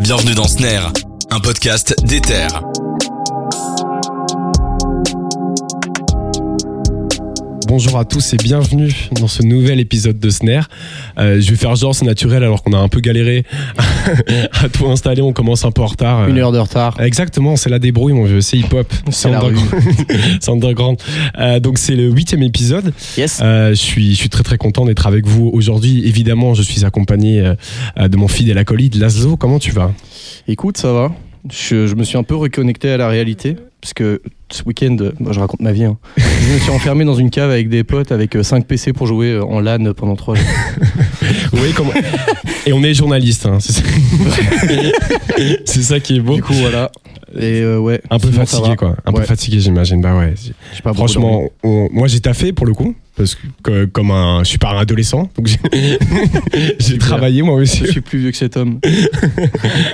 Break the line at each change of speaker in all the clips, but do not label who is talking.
Bienvenue dans Snare, un podcast d'Ether.
Bonjour à tous et bienvenue dans ce nouvel épisode de Snare. Euh, je vais faire genre c'est naturel alors qu'on a un peu galéré à tout installer, on commence un peu en retard. Euh,
Une heure de retard.
Exactement, c'est la débrouille mon vieux, c'est hip-hop, c'est
la
underground. c'est underground. Euh, donc c'est le huitième épisode.
Yes.
Euh, je, suis, je suis très très content d'être avec vous aujourd'hui. Évidemment, je suis accompagné euh, euh, de mon fidèle acolyte Laszlo. Comment tu vas
Écoute, ça va. Je, je me suis un peu reconnecté à la réalité. Parce que ce week-end, euh, bah, je raconte ma vie. hein. Je me suis enfermé dans une cave avec des potes avec 5 PC pour jouer euh, en LAN pendant 3 jours.
Oui, comment... Et on est journaliste, hein, c'est ça... c'est ça qui est beau.
Du coup, voilà. Et euh, ouais.
Un peu
sinon, ça
fatigué
va.
quoi, un peu
Ouais.
fatigué j'imagine. Bah ouais,
J'ai pas beaucoup
Franchement,
dormi.
on- moi j'ai taffé pour le coup, parce que, que- comme un, je suis pas un adolescent, donc j'ai- j'ai travaillé moi aussi.
Je suis plus vieux que cet homme.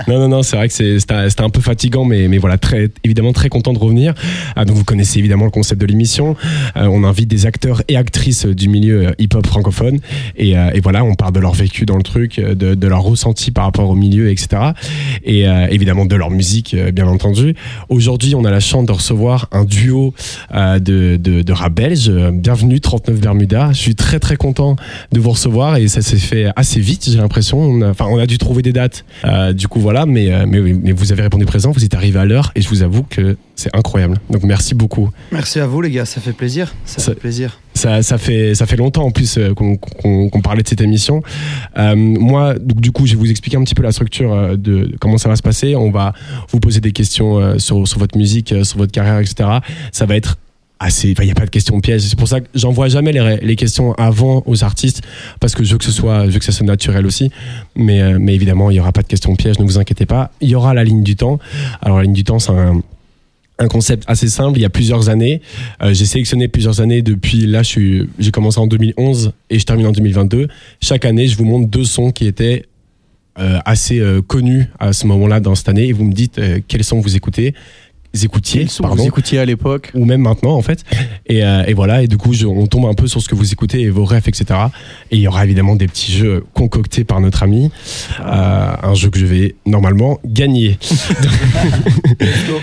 Non, non, non, c'est vrai que c'est- c'était c'était un peu fatigant, mais, mais voilà, très, évidemment très content de revenir. Ah, donc vous connaissez évidemment le concept de l'émission. Euh, on invite des acteurs et actrices euh, du milieu euh, hip-hop francophone. Et, euh, et voilà, on parle de leur vécu dans le truc, euh, de, de leur ressenti par rapport au milieu, etc. Et euh, évidemment de leur musique, euh, bien entendu. Aujourd'hui, on a la chance de recevoir un duo euh, de, de, de rap belge. Euh, Bienvenue, 39 Bermuda. Je suis très très content de vous recevoir et ça s'est fait assez vite, j'ai l'impression. On a- Enfin, on a dû trouver des dates. Euh, du coup, voilà, mais, euh, mais, mais vous avez répondu présent, vous êtes arrivé à l'heure et je vous avoue que c'est incroyable. Donc merci beaucoup.
Merci à vous les gars, ça fait plaisir. Ça,
Ça-
fait plaisir.
Ça, ça, fait, ça fait longtemps en plus euh, qu'on qu'on- qu'on parlait de cette émission. Euh, moi, donc, du coup, je vais vous expliquer un petit peu la structure euh, de comment ça va se passer. On va vous poser des questions euh, sur, sur votre musique, euh, sur votre carrière, etc. Ça va être assez. Il n'y a pas de questions pièges. C'est pour ça que j'envoie jamais les, ré- les questions avant aux artistes parce que je veux que ce soit, je veux que ça soit naturel aussi. Mais, euh, mais évidemment, il n'y aura pas de questions pièges. Ne vous inquiétez pas. Il y aura la ligne du temps. Alors la ligne du temps, c'est un un concept assez simple, il y a plusieurs années. Euh, j'ai sélectionné plusieurs années depuis là, je suis- j'ai commencé en 2011 et je termine en 2022. Chaque année, je vous montre deux sons qui étaient euh, assez euh, connus à ce moment-là dans cette année et vous me dites euh, quels sons vous écoutez, vous écoutiez,
Quels sons
pardon
vous écoutiez à l'époque
ou même maintenant en fait. Et, euh, et voilà, et du coup, je- on tombe un peu sur ce que vous écoutez et vos refs, etc. Et il y aura évidemment des petits jeux concoctés par notre ami, Euh, un jeu que je vais normalement gagner.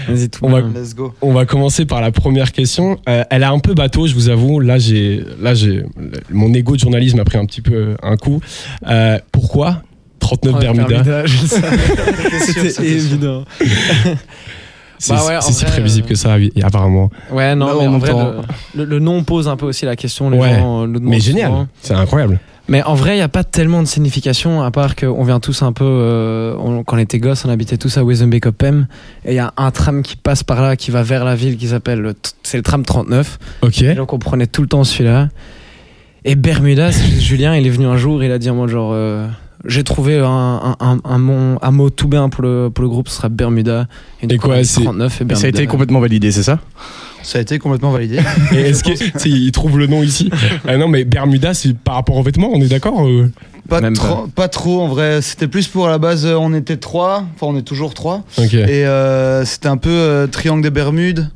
Vas-y, tout
On va-
bien.
Let's go.
On va commencer par la première question. Euh, elle a un peu bateau, je vous avoue. Là, j'ai, là, j'ai, mon ego de journalisme a pris un petit peu un coup. Euh, pourquoi 39
Ouais,
Bermuda,
Bermuda, je le savais.
C'était
C'était évident.
C'est,
Bah ouais, en
c'est si
vrai,
prévisible
euh,
que ça, oui, apparemment.
Ouais, non,
Là,
mais
on
en vrai,
entend.
le, le- le nom pose un peu aussi la question. Les
Ouais.
gens, euh, nous demandent
Mais génial,
souvent.
c'est incroyable.
Mais en vrai, il n'y a pas tellement de signification, à part qu'on vient tous un peu. euh, on- quand on était gosses, on habitait tous à Wezenbeek-Opham. Et il y a un tram qui passe par là, qui va vers la ville, qui s'appelle. le t- C'est le tram 39.
Ok.
Et donc, on prenait tout le temps celui-là. Et Bermuda, c'est- Julien, il est venu un jour, il a dit en mode genre. euh, j'ai trouvé un, un, un, un mot, un mot tout bien pour le, pour le groupe, ce sera Bermuda. du
Et
coup,
quoi,
on a dit
c'est-
39 et
Et
Bermuda.
ça a été complètement validé, c'est ça
Ça a été complètement validé.
Et est-ce que, tu sais, il trouve le nom ici Ah Non, mais Bermuda, c'est par rapport aux vêtements, on est d'accord euh
Pas,
Même
trop, pas trop en vrai. C'était plus pour à la base, euh, on était trois. Enfin, on est toujours trois.
Ok.
Et euh, c'était un peu euh, triangle des Bermudes.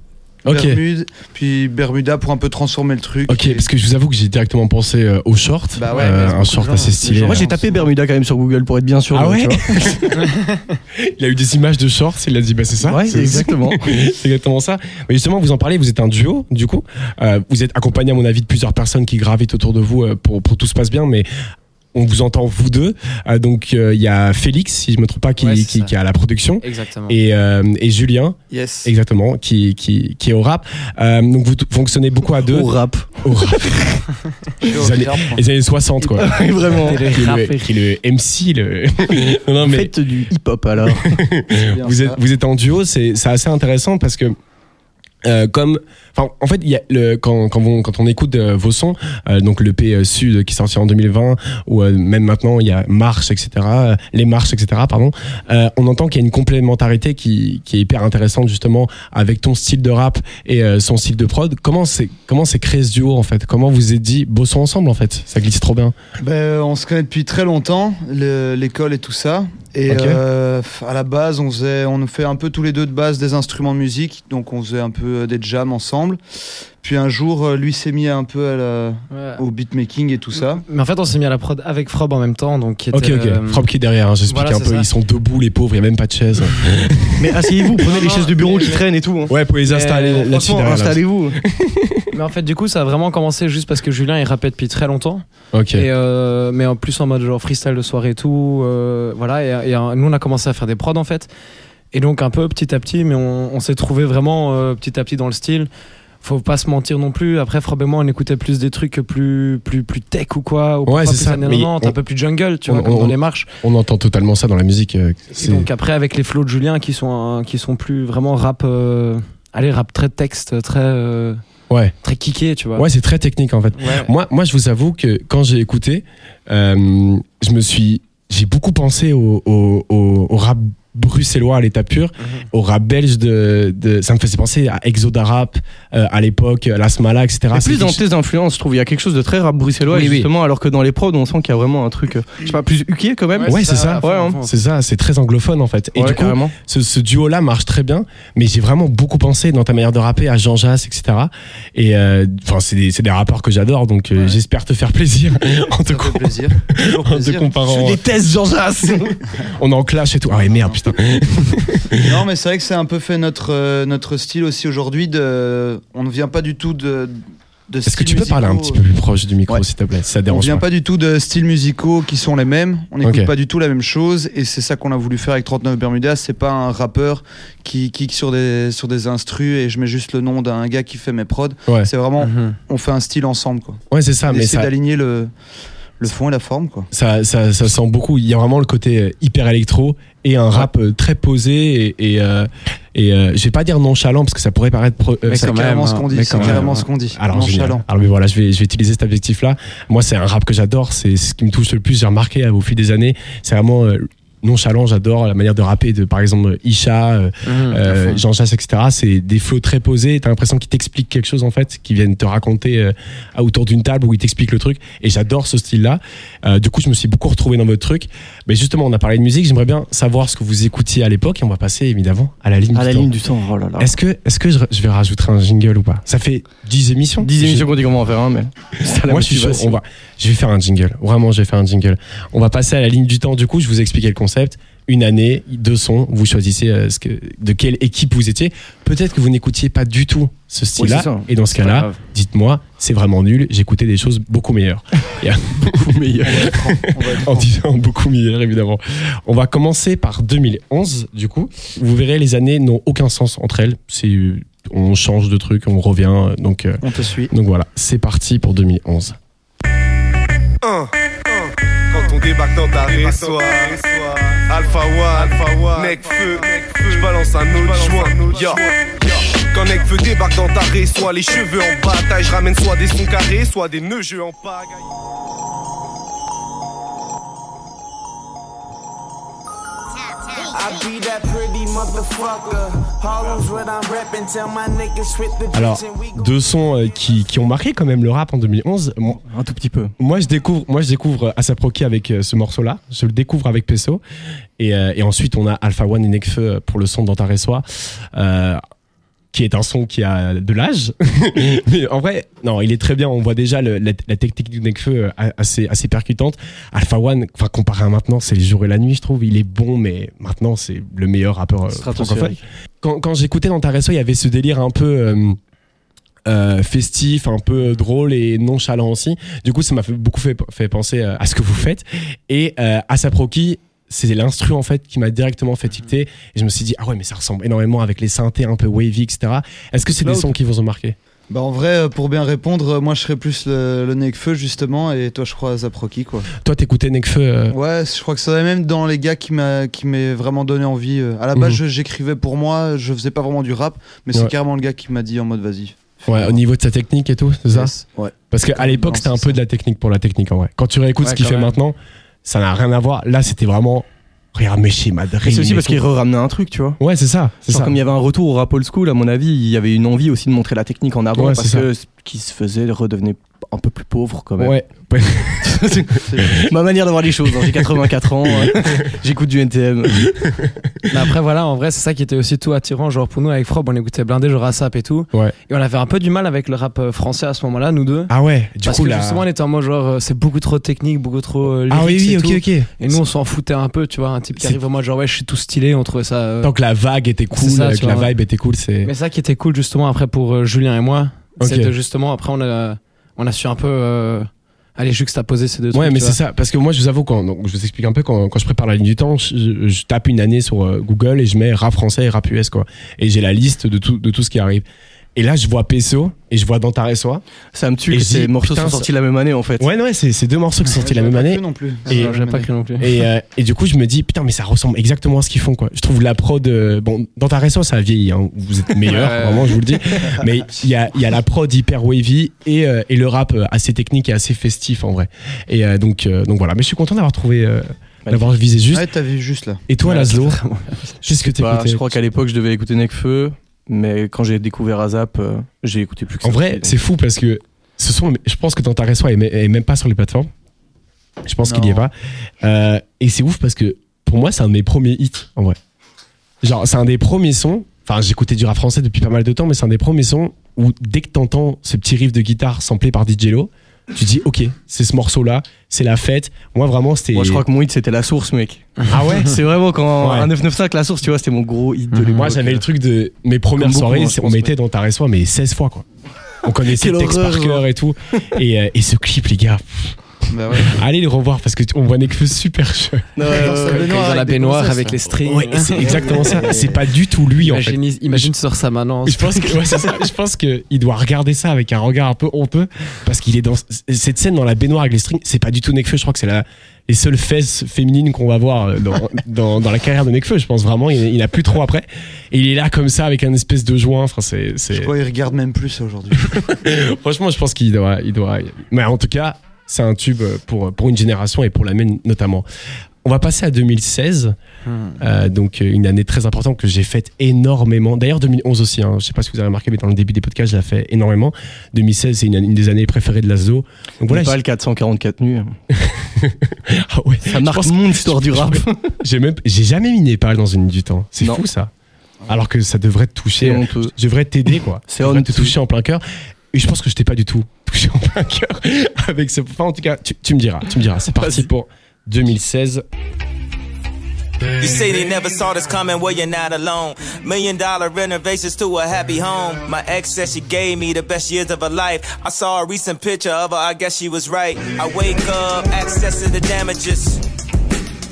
Ok.
Bermude, puis Bermuda pour un peu transformer le truc.
Ok,
Et-
parce que je vous avoue que j'ai directement pensé euh, au short,
Bah ouais,
Euh,
mais beaucoup
un
de
short
gens,
assez
les
stylé.
gens-
Moi,
Ouais,
j'ai
on
tapé
se-
Bermuda quand même hein, sur Google pour être bien sûr. euh,
Ah
tu
ouais
vois.
Il a eu des images de shorts, il a dit bah c'est ça.
Ouais,
c'est
exactement.
C'est exactement ça. Mais justement, vous en parlez, vous êtes un duo, du coup. Euh, vous êtes accompagné, à mon avis, de plusieurs personnes qui gravitent autour de vous euh, pour, pour que tout se passe bien, mais on vous entend, vous deux. Euh, donc, euh, il y a Félix, si je me trompe pas, qui,
Ouais, c'est
qui,
ça.
qui est à la production.
Exactement.
Et, euh, et Julien,
Yes.
exactement, qui, qui, qui est au rap. Euh, donc, vous t- fonctionnez beaucoup à deux.
Au rap.
Au rap.
Je suis au
Vous allez-
rap, moi.
Les années 60, quoi.
Ouais, Vraiment.
C'était
Qui est
rap
le,
et-
qui est le MC, le. non, non, mais.
Faites du hip-hop alors.
C'est bien
vous
ça.
êtes, vous êtes en duo, c'est c'est assez intéressant parce que. euh, comme, enfin, en fait, il y a le, quand, quand, on, quand on écoute euh, vos sons, euh, donc le P Sud qui est sorti en 2020, ou euh, même maintenant, il y a Marche, etc., euh, les Marches, etc., pardon, euh, on entend qu'il y a une complémentarité qui, qui est hyper intéressante, justement, avec ton style de rap et euh, son style de prod. Comment c'est comment c'est créé ce duo, en fait Comment vous êtes dit, bossons ensemble, en fait Ça glisse trop bien.
Ben, euh, on se connaît depuis très longtemps, le- l'école et tout ça. Et
Ok.
euh, à la base, on faisait, on fait un peu tous les deux de base des instruments de musique, donc on faisait un peu euh, des jams ensemble. Puis un jour, euh, lui s'est mis un peu à la-
Ouais.
au beatmaking et tout ça.
Mais en fait, on s'est mis à la prod avec Frob en même temps, donc qui était,
Ok, ok.
euh,
Frob qui est derrière, hein, j'explique
voilà,
un
c'est
peu.
ça.
Ils sont debout, les pauvres, il n'y a même pas de chaise.
Mais asseyez-vous, prenez
Non,
les
non,
chaises du bureau
mais-
qui
mais-
traînent et tout. hein.
Ouais, pour les installer
Mais,
là- là-dessus
Franchement,
derrière. là.
installez-vous.
Mais en fait, du coup, ça a vraiment commencé juste parce que Julien il rappait depuis très longtemps.
Ok.
Et euh, mais en plus en mode genre freestyle de soirée et tout. euh, voilà, et, et, euh, nous on a commencé à faire des prods en fait. Et donc un peu petit à petit, mais on, on s'est trouvé vraiment euh, petit à petit dans le style. Faut pas se mentir non plus. Après, Frob et moi, on écoutait plus des trucs plus plus plus tech ou quoi. Ou
Ouais,
parfois
c'est
plus
ça,
années
mais
90,
on-
un peu plus jungle, tu
on-
vois, comme
on-
dans les marches.
On entend totalement ça dans la musique. euh,
Et
c'est-
donc après avec les flots de Julien qui sont un- qui sont plus vraiment rap, euh, allez rap très texte, très euh,
Ouais,
très kické, tu vois.
ouais c'est très technique en fait.
Ouais.
Moi, moi, je vous avoue que quand j'ai écouté, euh, je me suis, j'ai beaucoup pensé au, au- au- au rap bruxellois à l'état pur, au rap belge de, de- ça me faisait penser à Exoda Rap euh, à l'époque, la Smala, etc.
Mais
C'est
plus dans
quelque-
tes influences, je trouve. Il y a quelque chose de très rap bruxellois,
Oui, oui.
justement, alors que dans les prods, on sent qu'il y a vraiment un truc, euh, je sais pas, plus huquier quand même.
Ouais, hein. c'est ça.
à fond,
Ouais,
à fond.
c'est ça, c'est très anglophone en fait. Et
Ouais,
du coup,
carrément.
ce, ce duo-là marche très bien, mais j'ai vraiment beaucoup pensé dans ta manière de rapper à Jean Jass, etc. Et euh, enfin, c'est des, c'est des rappeurs que j'adore, donc euh,
Ouais.
j'espère te faire plaisir en te,
Ça fait
com-
plaisir. Toujours
en te
plaisir.
comparant.
déteste Jean Jass.
On est en clash et tout. Ah ouais, merde, putain.
Non, mais c'est vrai que c'est un peu fait notre, euh, notre style aussi aujourd'hui. De... On ne vient pas du tout de. de
Est-ce que
styles
tu peux parler un
musicaux.
petit peu plus proche du micro,
Ouais.
s'il te plaît Ça
On ne
dérange
vient
pas.
pas du tout de styles musicaux qui sont les mêmes. On n'écoute
Ok.
pas du tout la même chose. Et c'est ça qu'on a voulu faire avec 39 Bermudas. C'est pas un rappeur qui kick sur des, sur des instrus et je mets juste le nom d'un gars qui fait mes prods.
Ouais.
C'est vraiment.
Mhm.
Ah,
On fait un style ensemble, quoi.
Ouais, c'est ça,
On
mais
essaie
ça,
d'aligner le, le fond et la forme, quoi.
ça, ça, ça sent beaucoup. Il y a vraiment le côté euh, hyper électro et un rap euh, très posé et, et, euh, et, euh, je vais pas dire nonchalant parce que ça pourrait paraître. pro- euh,
Mais
ça-
C'est
quand
carrément
même,
ce qu'on
hein.
dit.
Mais
C'est
quand
carrément
même,
ce qu'on dit.
alors, génial.
Nonchalant.
alors mais voilà, je vais, je vais utiliser cet objectif-là. Moi, c'est un rap que j'adore. C'est ce qui me touche le plus. J'ai remarqué euh, au fil des années. C'est vraiment euh, nonchalant. J'adore la manière de rapper de, par exemple, Isha, euh,
Mhm.
euh, Jean Chasse, etc. C'est des flots très posés. T'as l'impression qu'ils t'expliquent quelque chose en fait, qu'ils viennent te raconter euh, à- autour d'une table où ils t'expliquent le truc. Et j'adore ce style-là. Euh, du coup, je me suis beaucoup retrouvé dans votre truc. Mais justement, on a parlé de musique. J'aimerais bien savoir ce que vous écoutiez à l'époque. Et on va passer évidemment à la ligne.
À
du
la
temps.
ligne du temps, oh là là.
Est-ce que, est-ce que je, je vais rajouter un jingle ou pas Ça fait 10 émissions.
10 émissions qu'on dit comment on va faire un, mais.
Je- Moi, je suis chaud. On va. Je vais faire un jingle. Vraiment, je vais faire un jingle. On va passer à la ligne du temps. Du coup, je vous expliquais le concept. Une année, deux sons. Vous choisissez euh, ce que, de quelle équipe vous étiez. Peut-être que vous n'écoutiez pas du tout ce
Oui,
style-là.
c'est ça.
et dans ce cas-là, dites-moi, c'est vraiment nul. J'écoutais des choses beaucoup meilleures. beaucoup meilleures
On va être
en disant beaucoup meilleur évidemment. On va commencer par 2011 du coup. Vous verrez les années n'ont aucun sens entre elles. C'est on change de truc, on revient euh, donc euh,
On te suit.
donc voilà, c'est parti pour 2011.
Quand on débarque dans ta résoie Alpha One, Alpha Feu Je balance un autre joint Yo. Quand Nec Feu débarque dans ta ré, soit les cheveux en bataille, je ramène soit des sons carrés, soit des nœuds jeux en pagaille.
Alors deux sons euh, qui, qui ont marqué quand même le rap en 2011. Mo-
Un tout petit peu.
Moi je découvre moi je découvre Asaproki avec euh, ce morceau là. Je le découvre avec Peso et, euh, et ensuite on a Alpha One et Nekfeu euh, pour le son dans ta résoie. Euh, qui est un son qui a de l'âge. Mais en vrai, non, il est très bien. On voit déjà le- la, la technique du Nekfeu euh, assez, assez percutante. Alpha One, enfin, comparé à maintenant, c'est le jour et la nuit, je trouve. Il est bon, mais maintenant, c'est le meilleur rappeur euh, francophone.
Stratosphérique.
Quand, quand j'écoutais dans ta réseau, il y avait ce délire un peu. euh, euh, festif, un peu drôle et nonchalant aussi. Du coup, ça m'a fait- beaucoup fait, fait penser euh, à ce que vous faites. Et euh, Asaproki, c'est l'instru en fait qui m'a directement fait tilter. Et je me suis dit, ah ouais, mais ça ressemble énormément avec les synthés un peu wavy, etc. Est-ce que c'est des
Cloud.
sons qui vous ont marqué
Bah en vrai, euh, pour bien répondre, euh, moi je serais plus le, le Nekfeu justement, et toi je crois à Zaproki quoi.
Toi, t'écoutais Nekfeu euh,
Ouais, je crois que ça va même dans les gars qui m'a qui m'est vraiment donné envie. euh, À la base,
Mhm.
je- j'écrivais pour moi, je faisais pas vraiment du rap, mais
Ouais.
c'est carrément le gars qui m'a dit en mode vas-y.
ouais, au niveau de sa technique et tout, c'est ça
Yes. Ouais.
Parce qu'à l'époque, c'était un peu de la technique pour la technique en vrai. Quand tu réécoutes
Ouais,
ce qu'il
quand
fait
même.
maintenant, ça n'a rien à voir. Là, c'était vraiment. Regarde mes schémas de
Et c'est
rime
aussi
et
parce
tout.
qu'il ramenait un truc, tu vois.
Ouais, c'est ça. C'est
Genre
ça.
comme il y avait un retour au rap old school, à mon avis, il y avait une envie aussi de montrer la technique en avant
Ouais,
parce
c'est
que qui se faisait redevenait un peu plus pauvre quand même.
Ouais.
Ma manière d'avoir les choses. hein. J'ai 84 ans, hein. j'écoute du NTM.
Mais après, voilà, en vrai, c'est ça qui était aussi tout attirant. Genre, pour nous, avec Frob, on écoutait blindé, genre ASAP et tout.
Ouais.
Et on avait un peu du mal avec le rap euh, français à ce moment-là, nous deux.
Ah ouais, du
parce
coup
que
là.
justement, on était en mode genre, euh, c'est beaucoup trop technique, beaucoup trop. euh,
Ah oui,
lyrics
oui,
et
ok,
tout.
ok.
Et nous, on s'en foutait un peu, tu vois. Un type qui
C'est-
arrive en mode genre, ouais, je suis tout stylé, on trouvait ça. euh,
Tant que la vague était cool, euh,
C'est ça, tu
que la
vois, ouais.
vibe était cool, c'est.
Mais ça qui était cool justement après pour euh, Julien et moi,
Ok.
c'est de justement après on a on a su un peu euh, aller juxtaposer ces deux trucs.
Ouais, mais
tu
c'est ça. Parce que moi, je vous avoue, quand, donc, je vous explique un peu, quand, quand je prépare la ligne du temps, je, je- je tape une année sur euh, Google et je mets rap français et rap US, quoi. Et j'ai la liste de tout, de tout ce qui arrive. Et là, je vois Peso et je vois Dantaressoa.
Ça me tue
Et
que
je dis,
ces morceaux
putain,
sont
ça-
sortis la même année en fait.
Ouais, ouais, c'est c'est deux morceaux qui sont sortis la
J'avais
même
pas cru
année.
non plus.
Et-
vois. J'avais pas cru non plus.
Et, euh, et du coup, je me dis, putain, mais ça ressemble exactement à ce qu'ils font, quoi. Je trouve la prod, euh, bon, dans ta réseau, ça vieillit, hein. vous êtes meilleur,
Ouais.
vraiment, je vous le dis. Mais il y a, il y a la prod hyper wavy et, euh, et le rap euh, assez technique et assez festif, en vrai. Et euh, donc, euh, donc voilà. Mais je suis content d'avoir trouvé, euh, d'avoir visé juste.
Ouais, t'avais juste là.
Et toi,
Ouais,
Laszlo, qu'est-ce que
Bah,
t'écoutais
je crois qu'à l'époque je devais écouter Necfeu, mais quand j'ai découvert Azap, euh, j'ai écouté plus que ça.
En vrai,
Donc,
c'est fou parce que ce sont, je pense que Tantares Soir est mé- est même pas sur les plateformes. Je pense qu'il y est
Non.
pas. Euh, et c'est ouf parce que pour moi, c'est un de mes premiers hits en vrai. Genre, c'est un des premiers sons. Enfin, j'écoutais du rap français depuis pas mal de temps, mais c'est un des premiers sons où dès que t'entends ce petit riff de guitare samplé par DJ Lo, tu dis ok, c'est ce morceau-là, c'est la fête. Moi, vraiment, c'était.
Moi je crois que mon hit c'était la source, mec.
Ah ouais.
C'est vraiment quand
Ouais.
un 995 la source, tu vois, c'était mon gros hit de
Mhm.
l'époque. euh,
moi, j'avais le truc de mes premières
Comme beaucoup,
soirées,
hein, je
c'est- on
pense,
mettait dans ta Soir, mais 16 fois quoi. On connaissait le
Quelle
texte par
horreur,
cœur et tout. Et, euh, et ce clip, les gars,
Bah ouais.
Allez le revoir parce que tu- on voit Nekfeu super jeune.
Ouais,
Dans
ouais,
sa
ouais.
Quand ils
baignoire
ont la
avec des
baignoire
gonzesses,
avec
là.
les strings.
Ouais, c'est exactement ça. C'est pas du tout lui en fait.
imagine, imagine tu sors ça maintenant.
Je pense que ouais, c'est ça. je pense que il doit regarder ça avec un regard un peu honteux parce qu'il est dans cette scène dans la baignoire avec les strings. C'est pas du tout Nekfeu. Je crois que c'est la les seules fesses féminines qu'on va voir dans, dans, dans la carrière de Nekfeu. Je pense vraiment il, il a plus trop après. Et il est là comme ça avec un espèce de joint. Enfin c'est
Je
c'est-
crois qu'ils regardent même plus ça aujourd'hui.
franchement je pense qu'il doit il doit. Mais en tout cas c'est un tube pour pour une génération et pour la mienne notamment. On va passer à 2016.
Hmm.
Euh, donc euh, une année très importante que j'ai faite énormément. D'ailleurs 2011 aussi, hein. je sais pas si vous avez remarqué, mais dans le début des podcasts, je l'ai fait énormément. 2016, c'est une, une des années préférées de l'Azo. Donc voilà,
Voilà, pas le 444 nues.
j'ai- ah ouais.
Ça
Je
marque
pense-
mon histoire du rap.
J'ai même, j'ai jamais mis Népal dans une du temps. C'est
Non.
fou ça. Alors que ça devrait te
C'est
toucher. euh,
honteux.
Je devrais t'aider quoi.
C'est
Ça devrait te
honteux.
toucher en plein cœur. Et je pense que je t'ai pas du tout touché en plein cœur avec ce. Enfin en tout cas, tu, tu me diras, tu me diras. C'est parti
Vas-y.
pour 2016.
You say they never saw this coming, well, you're not alone. Million dollar renovations to a happy home. My ex said she gave me the best years of her life. I saw a recent picture of her, I guess she was right. I wake up, accessing the damages.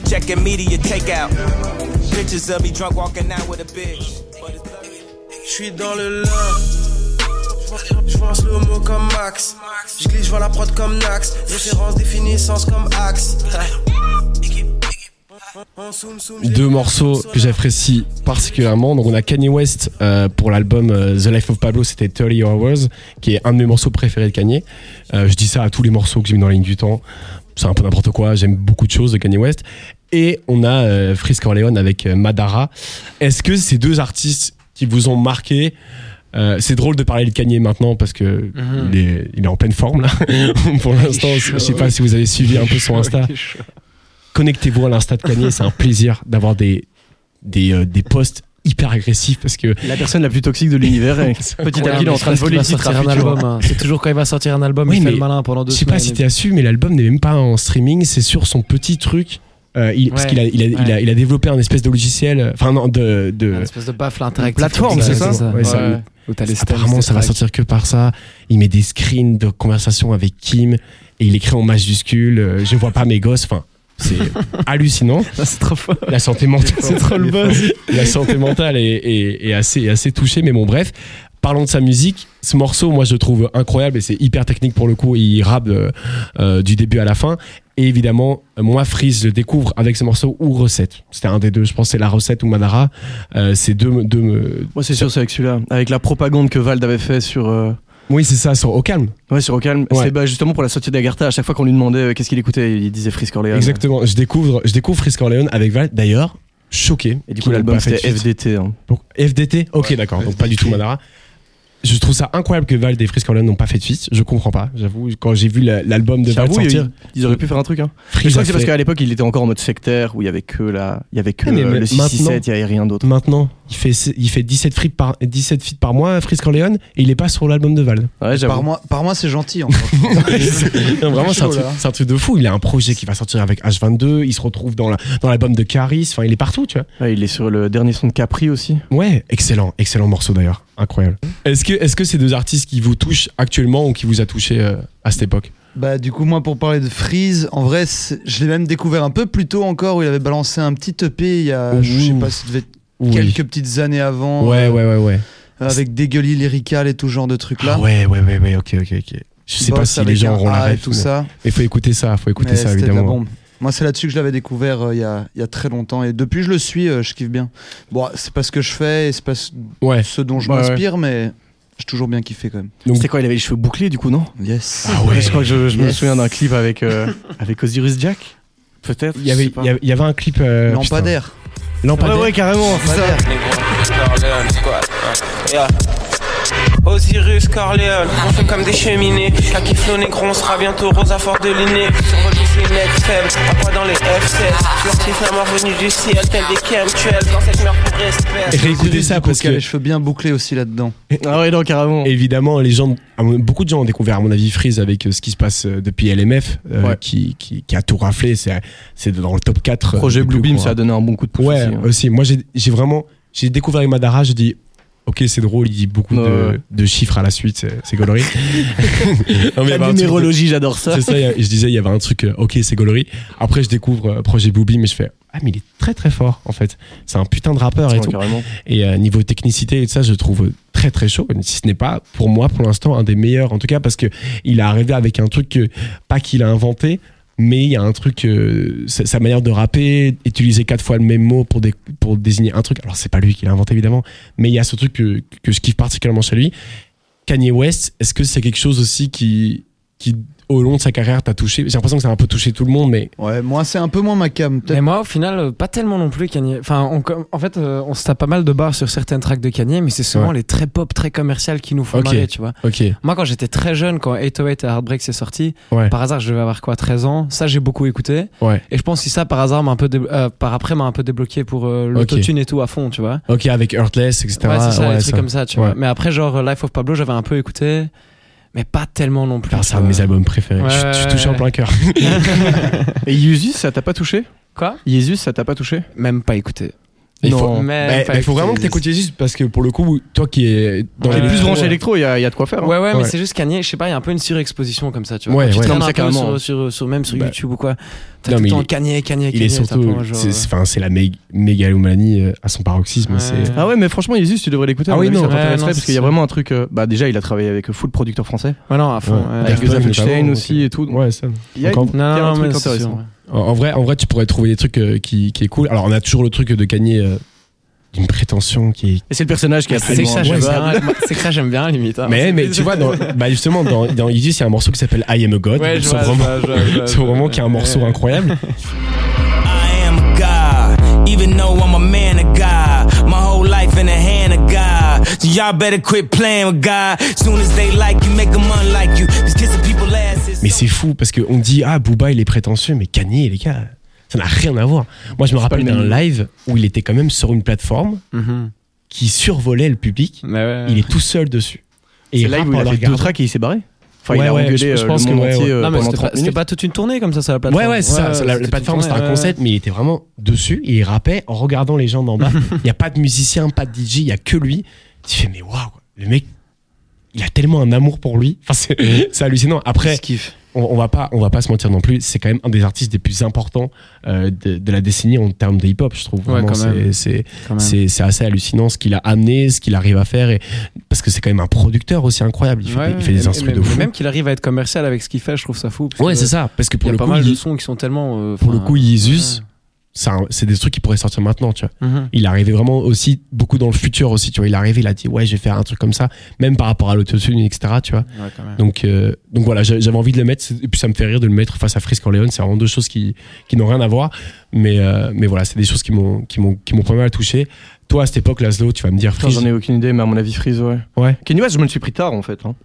Checking media takeout. Pictures of me drunk walking out with a bitch. But it's blurry.
Je suis dans le love. Je pense le mot comme max. Je glisse, je vois la prod comme Nax. Référence, définissance comme axe. En soum, soum, j'ai-
deux morceaux que j'apprécie particulièrement. Donc on a Kanye West euh, pour l'album euh, The Life of Pablo, c'était 30 Hours, qui est un de mes morceaux préférés de Kanye. Euh, je dis ça à tous les morceaux que j'ai mis dans la ligne du temps. C'est un peu n'importe quoi, j'aime beaucoup de choses de Kanye West. Et on a euh, Frisk Corleone avec euh, Madara. Est-ce que ces deux artistes qui vous ont marqué euh, c'est drôle de parler de Kanye maintenant parce que
Mhm.
il, est, il est en pleine forme là. Pour l'instant,
Il est
je sais
chaud.
pas si vous avez suivi un peu son Insta connectez-vous à l'insta de Kanye, c'est un plaisir d'avoir des des, euh, des posts hyper agressifs parce que
La personne la plus toxique de l'univers. hein. et Petit à
Ouais,
petit, il est en train de voler
il
le
va
titre.
sortir
à
un
Future.
album. hein. C'est toujours quand il va sortir un album,
Oui,
il fait
mais
le malin pendant deux
je sais pas si
semaines.
t'as su mais l'album n'est même pas en streaming c'est sur son petit truc euh, il, parce
Ouais,
qu'il a, il a, il a,
ouais. Ah,
il a développé un espèce de logiciel euh, enfin non de, de
Une espèce de baffle interactif.
plateforme,
comme
c'est ça
Ouais, ça-
Ouais. Où t'as les stems,
apparemment
les
ça va
tracks.
sortir que par ça il met des screens de conversation avec Kim et il écrit en majuscule euh, je vois pas mes gosses enfin c'est hallucinant
C'est trop fort.
la santé mentale c'est trop le buzz la santé mentale est, est- est assez est assez touchée mais bon bref parlons de sa musique ce morceau moi je le trouve incroyable et c'est hyper technique pour le coup il rappe euh, euh, du début à la fin et évidemment euh, moi Freeze je le découvre avec ce morceau ou Recette c'était un des deux je pense que c'est la Recette ou Manara Euh, c'est deux deux me-
Moi, c'est sûr, c'est avec celui-là. Avec la propagande que Vald avait fait sur. euh,
oui c'est ça sur Au calme
Ouais, sur Au Calme.
Ouais.
C'est bah, justement pour la sortie d'Agartha. À chaque fois qu'on lui demandait euh, qu'est-ce qu'il écoutait, il disait Frisk Orléans.
exactement je découvre je découvre Freeze Corleone avec Val d'ailleurs choqué
Et du
qu'ils
coup,
l'ont
l'album,
pas fait
c'était
de suite.
FDT. hein.
Donc, FDT ok d'accord donc pas du tout Manara je trouve ça incroyable que Vald et Frisk Orlan n'ont pas fait de fils. Je comprends pas. J'avoue, quand j'ai vu la- l'album de Vald
J'avoue, il y a eu-
sortir,
Ils auraient pu faire un truc. Hein. Mais
Freeze
je crois
a
que c'est parce
fait- Eh,
qu'à l'époque, il était encore en mode sectaire où il y avait que la, il y avait que
Mais
le,
mais
le 667, il y avait rien d'autre.
maintenant, il fait, il fait 17 frites par, 17 feats par mois, Frisk Orléans, et il est pas sur l'album de Val.
Ouais,
Par
j'avoue.
mois, par mois, c'est gentil. encore.
Vraiment, c'est un,
chaud,
truc-
là.
c'est un truc de fou. Il a un projet qui va sortir avec H22, il se retrouve dans la- dans l'album de Caris, enfin, il est partout, tu vois.
Ouais, il est sur le dernier son de Capri aussi.
Ouais, excellent, excellent morceau d'ailleurs, incroyable. Est-ce que, est-ce que ces deux artistes qui vous touchent actuellement ou qui vous a touché euh, à cette époque
Bah du coup moi pour parler de Freeze, en vrai c'est- je l'ai même découvert un peu plus tôt encore où il avait balancé un petit EP il y a je sais
Ouh.
pas ça devait être
Oui.
quelques petites années avant
Ouais, ouais, ouais, ouais.
euh, avec Dégueulis lyrical et tout ce genre de trucs là. Bah,
Ah ouais, ouais, ouais, ouais, ok, ok, ok. Je sais pas si les gens auront la ref,
tout
mais-
ça.
Il faut écouter ça, faut écouter
mais
ça
c'était de la
évidemment.
bombe. Moi c'est là-dessus que je l'avais découvert euh, il y, a, il y a très longtemps et depuis je le suis, euh, je kiffe bien. Bon c'est pas ce que je fais et c'est pas ce
Ouais.
ce dont je
Ouais,
m'inspire mais j'ai toujours bien kiffé quand même. Ah,
Donc- Ah
C'était quoi Il avait les cheveux bouclés du coup, non
Yes.
ouais.
Je crois que je, je me
Yes.
souviens d'un clip avec euh, avec Osiris Jack, peut-être.
Il y avait,
je sais pas.
il y avait- il y avait un clip. euh,
Lampadaire.
putain. Lampadaire.
Ouais, ouais, carrément.
Lampadaire.
Osiris Corleone, on fait comme des cheminées. La kiffe le négro, on sera bientôt rose à fort de l'inné. Survol des lunettes faibles, à quoi dans les F-16. Furtif, la mort venue du ciel, tel des chemtrails. Dans cette mer pour
Et
respect.
Réécoutez ça parce
qui a
que
les cheveux bien bouclés aussi là-dedans.
Ah ouais, non, carrément.
évidemment les gens, à mon- beaucoup de gens ont découvert à mon avis Freeze avec euh, ce qui se passe euh, depuis LMF, euh,
Ouais.
qui, qui, qui a tout raflé. C'est c'est dans le top 4 euh,
Projet
des plus
Bluebeam,
gros
ça a donné un bon coup de pouce.
Ouais,
aussi, hein.
aussi. Moi, j'ai j'ai vraiment. J'ai découvert Imadara, je dis. Ok, c'est drôle, il dit beaucoup
Ouais, ouais.
de, de chiffres à la suite, c'est- c'est gaulerie. Non, mais il y avait un
La
truc de-
numérologie, j'adore ça.
C'est ça, il y a- je disais, il y avait un truc, euh, ok, c'est gaulerie. Après, je découvre euh, Projet Booby, mais je fais, ah, mais il est très très fort, en fait. C'est un putain de rappeur et
Ouais,
tout.
carrément.
Et euh, niveau technicité et tout ça, je le trouve très très chaud. Si ce n'est pas, pour moi, pour l'instant, un des meilleurs, en tout cas, parce que il est arrivé avec un truc, que, pas qu'il a inventé, mais il y a un truc, euh, sa sa manière de rapper, utiliser quatre fois le même mot pour, dé- pour désigner un truc. Alors, c'est pas lui qui l'a inventé, évidemment, mais il y a ce truc que, que je kiffe particulièrement chez lui. Kanye West, est-ce que c'est quelque chose aussi qui, qui, au long de sa carrière, t'a touché J'ai l'impression que ça a un peu touché tout le monde, mais
Ouais, moi c'est un peu moins ma cam.
Mais moi, au final, euh, pas tellement non plus Kanye. Enfin, on com- en fait, euh, on se tape pas mal de barres sur certaines tracks de Kanye, mais c'est souvent
Ouais.
les très pop, très commerciales qui nous font
Ok.
marrer, tu vois.
ok.
Moi, quand j'étais très jeune, quand 808 et Heartbreak c'est sorti,
Ouais.
par hasard, je devais avoir quoi, 13 ans. Ça, j'ai beaucoup écouté.
Ouais.
Et je pense que ça, par hasard, m'a un peu, dé- euh, par après, m'a un peu débloqué pour euh, l'autotune et tout à fond, tu vois.
Ok, avec Heartless, etc.
Ouais, c'est ça,
Ouais,
des trucs
ça.
comme ça, tu
Ouais.
vois. Mais après, genre, euh, Life of Pablo, j'avais un peu écouté, mais pas tellement non plus.
Putain, c'est un de
tu
mes
vois.
albums préférés.
Ouais,
je, suis- je suis touché en
ouais,
plein cœur.
Et Yeezus, ça t'a pas touché
Quoi
Yeezus, ça t'a pas touché
Même pas écouté.
Il
Non.
faut,
Même
Bah,
pas
bah, faut
écouté.
vraiment que t'écoutes Jésus parce que pour le coup, toi qui es dans
Ouais.
T'es
les
plus
Euh,
branché
ouais.
électro, il y, a il y a de quoi faire. hein.
Ouais, ouais, mais
Ouais.
c'est juste Kanye, je sais pas, il y a un peu une surexposition comme ça, tu vois.
Ouais,
Quand tu
ouais.
Non,
traînes
mais
un
ça,
peu
carrément. hein.
sur, sur, sur- même sur
Bah,
YouTube ou quoi. T'as
non,
tout
mais
le temps
il est-
Kanye, Kanye,
Il
Kanye.
est
c'est un peu
surtout.
un genre,
c'est-
euh,
C'est enfin, c'est la mé- mégalomanie euh, à son paroxysme.
Ouais.
C'est.
Ah ouais, mais franchement, Yeezus, tu devrais l'écouter. à
Ah
mon
oui,
avis,
non.
ça t'intéresserait,
Ouais, non,
parce
c'est
qu'il y a
sûr.
vraiment un truc. euh, Bah, déjà, il a travaillé avec euh, full producteur français.
Ouais, non, à fond.
Ouais.
ouais.
Avec
Avec
Fun,
Stein
notamment,
aussi et tout.
Ouais, ça.
Il y a
Encore-
une-
Non,
il y a un
non, non,
truc
mais c'est
intéressant.
sûr, ouais.
En, en vrai, en vrai, tu pourrais trouver des trucs euh, qui, qui est cool. Alors, on a toujours le truc de Kanye, euh, une prétention qui est.
Et c'est le personnage qui est
C'est que
absolument
ça, j'aime
imbattable.
bien. C'est que ça, j'aime bien, limite. hein.
Mais, mais tu vois, dans, bah justement, dans, dans Yeezus, il y a un morceau qui s'appelle I Am a God.
Ouais, je
C'est
vois, je
vraiment,
vois, je vois, je vois,
c'est
je vois.
vraiment qui est un morceau incroyable.
I am God, even though I'm a man of God. My whole life in the hand of God. So y'all better quit playing with God. Soon as they like you, make them unlike you. Cause kissing people asses.
Mais c'est fou parce qu'on dit ah Booba il est prétentieux mais Kanye les gars ça n'a rien à voir. Moi je me rappelle
le
d'un
même.
live où il était quand même sur une plateforme
Mhm.
qui survolait le public.
Mais ouais.
Il est tout seul dessus. Et
C'est
il
là
rappe
où il
en
a
le
fait deux
regardant.
tracks et il s'est barré. Enfin, il
Ouais,
a
ouais,
engueulé
je- je
euh, le
pense que
monde
ouais,
entier
ouais.
euh,
Non, mais
pendant
c'était pas,
30 minutes.
c'était pas toute une tournée comme ça, ça, la
Ouais
plateforme.
ouais c'est ça. la,
c'était
la
toute une
plateforme
tournée,
c'était un
ouais.
concept mais il était vraiment dessus et il rappait en regardant les gens d'en bas. Il n'y a pas de musicien, pas de DJ, il y a que lui. Tu fais mais waouh le mec il a tellement un amour pour lui. Enfin c'est c'est hallucinant. Après
Je kiffe.
on, on va pas on va pas se mentir non plus c'est quand même un des artistes les plus importants euh, de, de la décennie en termes de hip hop je trouve
Ouais,
Vraiment,
quand
c'est-
même.
c'est
Quand même.
c'est c'est assez hallucinant ce qu'il a amené ce qu'il arrive à faire et parce que c'est quand même un producteur aussi incroyable il fait,
Ouais,
des- il fait des
mais-
instruments
mais-
de fou
Même qu'il arrive à être commercial avec ce qu'il fait, je trouve ça fou. parce
ouais
que
c'est ça parce que
Il
pour
y a
le
pas
coup
mal de
il-
sons qui sont tellement. euh,
pour le
enfin,
coup Yeezus c'est un- c'est des trucs qui pourraient sortir maintenant, tu vois.
Mhm.
Il est arrivé vraiment aussi beaucoup dans le futur aussi, tu vois. Il est arrivé, il a dit ouais, je vais faire un truc comme ça, même par rapport à l'autotune, etc. Tu vois. Donc, euh, donc voilà, j'a- j'avais envie de le mettre, c'est- et puis ça me fait rire de le mettre face à Frisk Orleans. C'est vraiment deux choses qui, qui n'ont rien à voir, mais, euh, mais voilà, c'est des choses qui m'ont, qui m'ont, qui m'ont pas mal touché. Toi, à cette époque, Laszlo, tu vas me dire
Putain,
Frisk.
J'en ai aucune idée, mais à mon avis, Freeze, ouais.
Ouais.
Kenny West, je me le suis pris tard en fait. hein.
Ouais.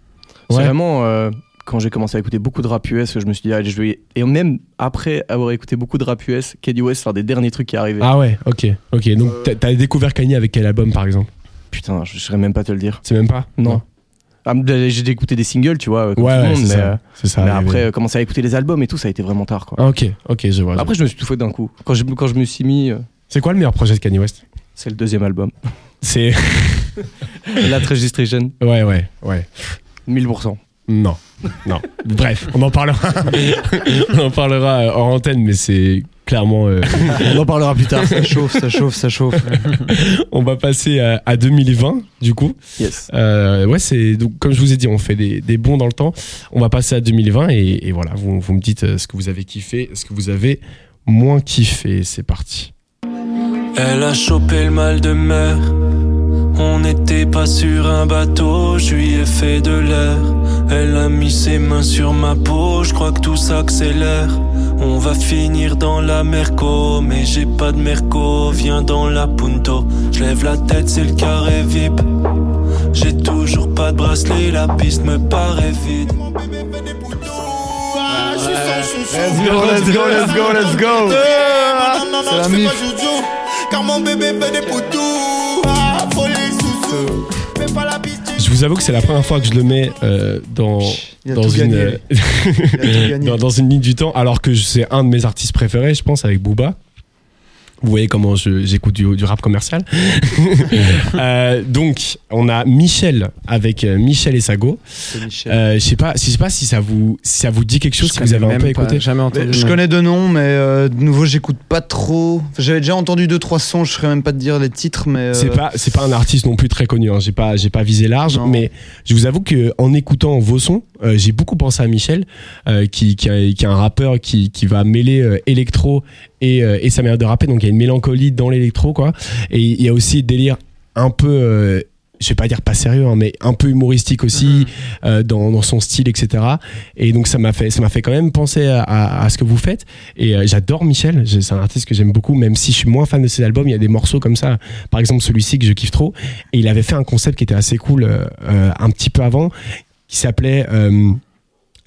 C'est vraiment euh, quand j'ai commencé à écouter beaucoup de rap US que je me suis dit, allez, je vais. Et même après avoir écouté beaucoup de rap US, Kenny West, c'est un des derniers trucs qui est arrivé.
Ah ouais, ok, ok. Donc t'as, t'as découvert Kanye avec quel album, par exemple
Putain, je saurais même pas te le dire.
C'est même pas
Non. Ah, mais j'ai écouté des singles, tu vois, comme
Ouais,
tout le
ouais,
monde,
c'est
mais,
ça.
euh,
C'est ça.
mais
il y avait-
après, euh, commencer à écouter les albums et tout, ça a été vraiment tard, quoi.
Ah, ok, ok, je vois. je vois.
Après, je me suis tout fait d'un coup. Quand je, quand je me suis mis, euh,
C'est quoi le meilleur projet de Kanye West
c'est le deuxième album.
C'est.
La Registration,
Ouais, ouais, ouais.
1000%.
Non, non. Bref, on en parlera. on en parlera euh, hors antenne, mais c'est clairement. euh,
On en parlera plus tard.
Ça chauffe, ça chauffe, ça chauffe.
On va passer à, à 2020, du coup.
Yes.
Euh, ouais, c'est donc comme je vous ai dit, on fait des, des bons dans le temps. On va passer à 2020 et, et voilà, vous, vous me dites euh, ce que vous avez kiffé, ce que vous avez moins kiffé. C'est parti.
Elle a chopé le mal de mer. On n'était pas sur un bateau, je lui ai fait de l'air. Elle a mis ses mains sur ma peau, je crois que tout s'accélère. On va finir dans la merco, mais j'ai pas de merco, viens dans la punto. Je lève la tête, c'est le carré VIP. J'ai toujours pas de bracelet, la piste me paraît vide.
Let's go, let's go, let's go, Ah, let's go. C'est la mif.
Je vous avoue que c'est la première fois que je le mets euh, dans
Il a
dans
tout
une euh,
gagné. Il a tout gagné.
dans, dans une ligne du temps, alors que je- c'est un de mes artistes préférés, je pense, avec Booba. Vous voyez comment je- j'écoute du, du rap commercial. Euh, donc, on a Michel avec euh, Michel et Sago.
C'est Michel.
Euh, je sais pas, je sais pas si ça vous, si ça vous dit quelque chose, si vous
connais
avez un
même
peu
pas,
écouté.
Jamais
Euh, Mais
entendu.
je
non.
connais deux noms, mais euh, de nouveau, j'écoute pas trop. Enfin, J'avais déjà entendu deux trois sons, je saurais même pas te dire les titres, mais euh,
C'est pas, c'est pas un artiste non plus très connu. Hein. J'ai pas, j'ai pas visé large,
Non.
mais je vous avoue que en écoutant vos sons, euh, j'ai beaucoup pensé à Michel, euh, qui, qui, est- qui est un rappeur qui, qui va mêler euh, électro et, euh, et sa manière de rapper. Donc il y a une mélancolie dans l'électro, quoi. Et il y a aussi délire un peu. euh, je vais pas dire pas sérieux, hein, mais un peu humoristique aussi
Mm-hmm.
euh, dans, dans son style, etc. Et donc ça m'a fait, ça m'a fait quand même penser à, à- à ce que vous faites. Et euh, j'adore Michel. J'ai- C'est un artiste que j'aime beaucoup, même si je suis moins fan de ses albums. Il y a des morceaux comme ça, par exemple celui-ci que je kiffe trop. Et il avait fait un concept qui était assez cool euh, euh, un petit peu avant, qui s'appelait euh,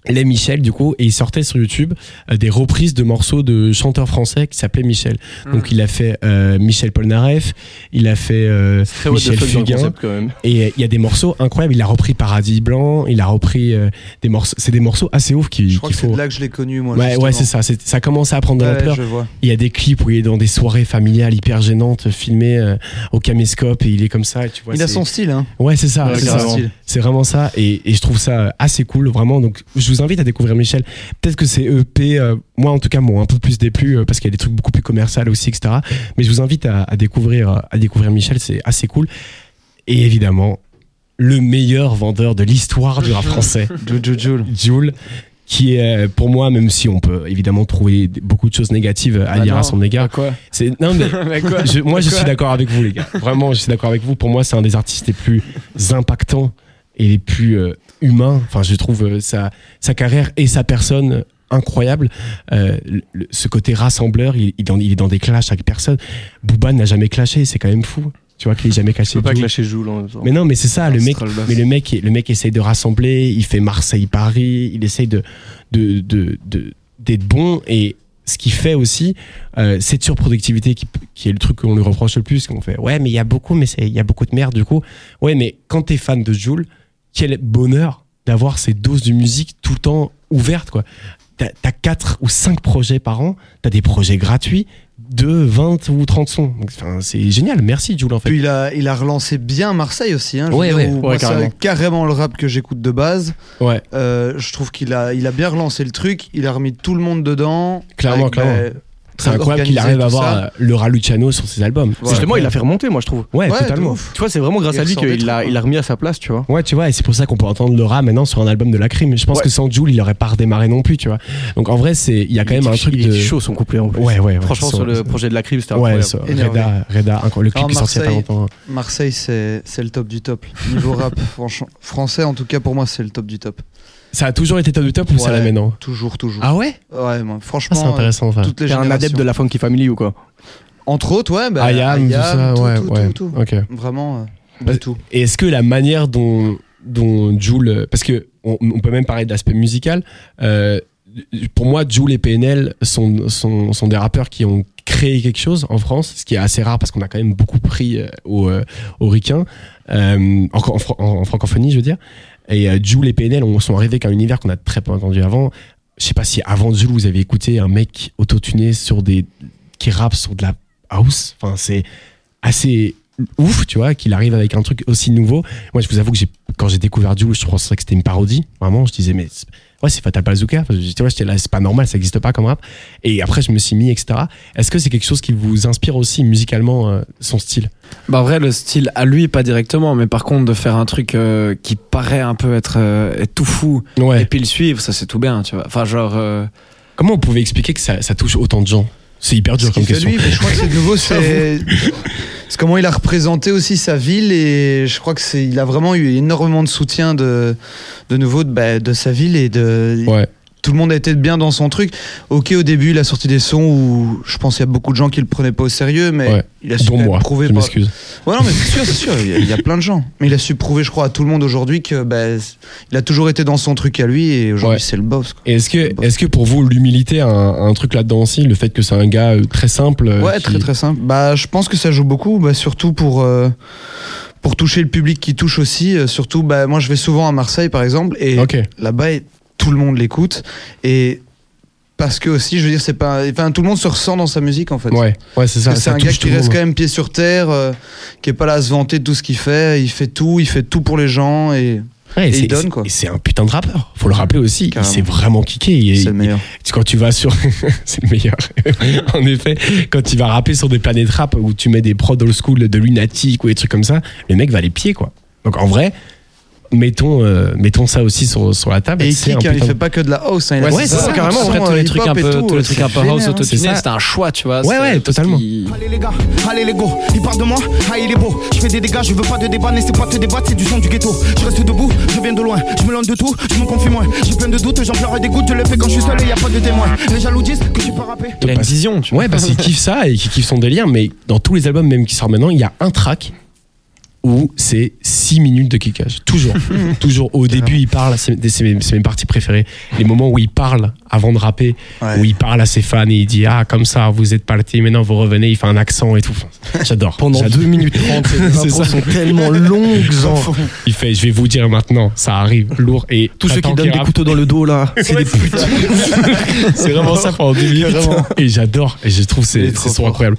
Les Michel, du coup, et il sortait sur YouTube euh, des reprises de morceaux de chanteurs français qui s'appelaient Michel. Donc il a fait euh, Michel Polnareff, il a fait euh,
Très what the
Michel
fuck dans le
Fugain.
concept quand même.
Et euh, il y a des morceaux incroyables. Il a repris Paradis Blanc, il a repris euh, des morceaux. C'est des morceaux assez ouf qui-
je
qu'il
crois que c'est
faut.
de là que je l'ai connu, moi.
Ouais,
justement.
ouais, c'est ça. c'est- Ça commence à prendre de
Ouais,
l'ampleur.
je vois.
Il y a des clips où il est dans des soirées familiales hyper gênantes, filmées euh, au caméscope et il est comme ça. et Tu vois,
Il a
c'est-
son style, hein.
Ouais, c'est ça.
Ouais,
Ah, c'est
Il a
ça.
son
carrément.
style.
C'est vraiment ça. Et, et je trouve ça assez cool, vraiment. Donc, je vous invite à découvrir Michel. Peut-être que ces EP, euh, moi en tout cas, m'ont un peu plus déplu euh, parce qu'il y a des trucs beaucoup plus commerciaux aussi, etc. Mais je vous invite à, à découvrir, euh, à découvrir Michel. C'est assez cool. Et évidemment, le meilleur vendeur de l'histoire du rap français. Jules, qui est euh, pour moi, même si on peut évidemment trouver d- beaucoup de choses négatives à
Ah
dire à
non.
son égard,
Quoi
c'est non mais
Mais quoi
je- moi je
Quoi
suis d'accord avec vous les gars. Vraiment, je suis d'accord avec vous. Pour moi, c'est un des artistes les plus impactants et les plus euh, humains. Enfin, je trouve euh, sa sa carrière et sa personne incroyable. Euh, le- le- ce côté rassembleur, il, il, en- il est dans des clashs avec personne. Booba n'a jamais clashé, c'est quand même fou. Tu vois qu'il est jamais
Je
clashé.
peux pas
Jul.
clasher Ah, Joule en même temps.
Mais non, mais c'est ça, le mec,
Astral Bass.
mais le mec, le mec essaye de rassembler, il fait Marseille-Paris, il essaye de, de, de, de- d'être bon et ce qu'il fait aussi, euh, cette surproductivité qui, qui est le truc qu'on lui reproche le plus, qu'on fait, ouais, mais il y a beaucoup, mais c'est- il y a beaucoup de merde du coup. Ouais, mais quand t'es fan de Joule, quel bonheur d'avoir ces doses de musique tout le temps ouvertes, quoi. T'as, t'as 4 ou 5 projets par an, t'as des projets gratuits de 20 ou 30 sons. Donc, Enfin, c'est génial, merci Joule en fait.
Puis il a, il a relancé bien Marseille aussi. Hein, je veux
Ouais,
dire,
ouais.
où
Ouais,
moi, c'est
carrément.
carrément le rap que j'écoute de base.
Ouais.
Euh, je trouve qu'il a, il a bien relancé le truc. Il a remis tout le monde dedans.
Clairement, clairement.
ben,
C'est incroyable qu'il
organisé,
arrive à
tout
avoir
ça.
euh, le rat Luciano sur ses albums.
Ouais.
Justement, il l'a fait remonter, moi, je trouve.
Ouais,
Ouais, de
totalement.
ouf.
Tu vois, c'est vraiment grâce
Il
à lui
ressort des
qu'il
trucs,
l'a
quoi.
il a remis à sa place, tu vois.
Ouais, tu vois, et c'est pour ça qu'on peut entendre le rat maintenant sur un album de la crime. Je pense
Ouais.
que sans Jules, il aurait pas redémarré non plus, tu vois. Donc en vrai, c'est il y a quand
Il
même un
était-
truc
il
de.
était chaud son couplet en plus.
Ouais, ouais, ouais.
Franchement,
Son-
sur le projet de la cribe, c'était
Ouais,
incroyable.
ça,
Énervé.
Reda, Reda, incroyable. le clip
Alors,
est sorti il y a pas
Marseille-
longtemps. hein.
Marseille, c'est c'est le top du top. Niveau rap franch- français, en tout cas pour moi, c'est le top du top.
Ça a toujours été top du top ou ça
Ouais.
là maintenant
Toujours, toujours.
Ah ouais
Ouais,
Ah,
moi,
C'est
franchement, euh,
intéressant ça.
toutes les
T'es un
générations.
adepte de la Funky Family ou quoi
Entre autres, ouais. Bah,
I am, tout ça,
tout,
ouais,
tout,
ouais.
tout, tout.
Ok.
Vraiment, euh,
Bah,
de tout.
Et est-ce que la manière dont, dont Joule. Parce que on, on peut même parler de l'aspect musical. euh, pour moi, Joule et PNL sont, sont, sont des rappeurs qui ont créé quelque chose en France, ce qui est assez rare parce qu'on a quand même beaucoup pris euh, aux, euh, aux ricains, euh, en, en fran- en- en francophonie, je veux dire. Et euh, Joule et PNL ont- sont arrivés qu'à un univers qu'on a très peu entendu avant. Je sais pas si avant Joule, vous avez écouté un mec autotuné sur des. qui rappe sur de la house. Enfin, c'est assez ouf, tu vois, qu'il arrive avec un truc aussi nouveau. Moi, je vous avoue que j'ai, quand j'ai découvert Jules, je pensais que c'était une parodie. Vraiment, je disais, mais c'est- ouais, c'est Fatal Bazooka. Parce que j'étais, ouais, j'étais là, c'est pas normal, ça existe pas comme rap. Et après, je me suis mis, etc. Est-ce que c'est quelque chose qui vous inspire aussi musicalement euh, son style
Bah, en vrai, le style à lui, pas directement, mais par contre, de faire un truc euh, qui paraît un peu être, euh, être tout fou et
Ouais.
puis le suivre, ça c'est tout bien, tu vois. Enfin, genre. euh,
Comment on pouvait expliquer que ça, ça touche autant de gens C'est hyper dur
Ce
comme
qu'il fait
question.
lui, mais je crois que c'est nouveau, c'est c'est comment il a représenté aussi sa ville et je crois que c'est il a vraiment eu énormément de soutien de de nouveau de, bah, de sa ville et de
Ouais.
tout le monde a été bien dans son truc. Ok, au début, il a sorti des sons où je pense qu'il y a beaucoup de gens qui le prenaient pas au sérieux, mais
Ouais.
il a su
Dont
quand même
moi,
prouver.
je
par-
m'excuse.
Ouais, non, mais c'est sûr, c'est sûr, il y, a, il y a plein de gens. Mais il a su prouver, je crois, à tout le monde aujourd'hui que bah, c- il a toujours été dans son truc à lui et aujourd'hui
Ouais.
c'est le boss. quoi.
Et Est-ce que, est-ce que pour vous, l'humilité a un, un truc là-dedans aussi Le fait que c'est un gars euh, très simple euh,
Ouais,
qui-
très très simple. Bah, je pense que ça joue beaucoup, bah, surtout pour, euh, pour toucher le public qui touche aussi. euh, surtout, bah, moi je vais souvent à Marseille par exemple, et
Ok.
là-bas et- tout le monde l'écoute. Et parce que aussi, je veux dire, c'est pas. Enfin, tout le monde se ressent dans sa musique en fait.
Ouais, ouais c'est ça.
Parce que c'est
ça
un
touche
gars
tout
qui
le
reste
monde. hein.
quand même pied sur terre, euh, qui est pas là à se vanter de tout ce qu'il fait. Il fait tout, il fait tout pour les gens et
Ouais,
Et
c'est-
il donne,
c'est-
quoi.
et C'est un putain de rappeur. Faut le rappeler aussi.
Carrément.
Il s'est vraiment kické. Il-
c'est le meilleur.
tu- quand tu vas sur, c'est le meilleur. en effet, quand tu vas rapper sur des planètes rap où tu mets des prods old school de lunatique ou des trucs comme ça, le mec va les pieds quoi. Donc en vrai, mettons, euh, mettons ça aussi sur, sur la table.
Et il
c'est
kick,
un
hein, il
putain
fait
de-
pas que de la house. hein, il a-
Ouais, c'est ça, carrément,
son,
Après, tous
euh,
les trucs
hip-hop
un
et
peu,
tout,
tous
euh,
les trucs
c'est
un peu house
génial, hein.
C'est ça.
autotuné, c'était un choix, tu vois.
Ouais,
c'est-
ouais,
parce
totalement.
qu'il-
Allez les gars, allez les go, il part de moi, ah il est beau, je fais des dégâts, je veux pas de débat, n'essaie pas de te débattre, c'est du son du ghetto. Je reste debout, je viens de loin, je me lance de tout, je me confie moins, j'ai plein de doutes, j'en pleure et des gouttes, je le fais quand je suis seul et y a pas de témoin. Les jaloux disent que je suis pas rappé.
Il a bah, une
parce-
vision, tu vois.
Ouais, parce qu'il kiffe ça et qu'il kiffe son délire. Mais dans tous les albums, même qui sortent maintenant, il y a un track où c'est 6 minutes de kickage. Toujours. toujours. Au début, il parle, c'est c'est mes, c'est mes parties préférées. Les moments où il parle avant de rapper,
Ouais.
où il parle à ses fans et il dit Ah, comme ça, vous êtes parti, maintenant vous revenez, il fait un accent et tout. Enfin, J'adore.
Pendant
J'adore.
2 minutes 30, les
C'est
intros
ça.
sont tellement longues. genre.
Il fait Je vais vous dire maintenant, ça arrive lourd et.
Tous ceux
t'attends qu'il
qui donnent des
rappe.
couteaux dans le dos là, c'est des putes.
C'est vraiment ça pendant 2 minutes. Et j'adore. Et je trouve
Il
c'est
est
c'est
trop
son
fort.
incroyable.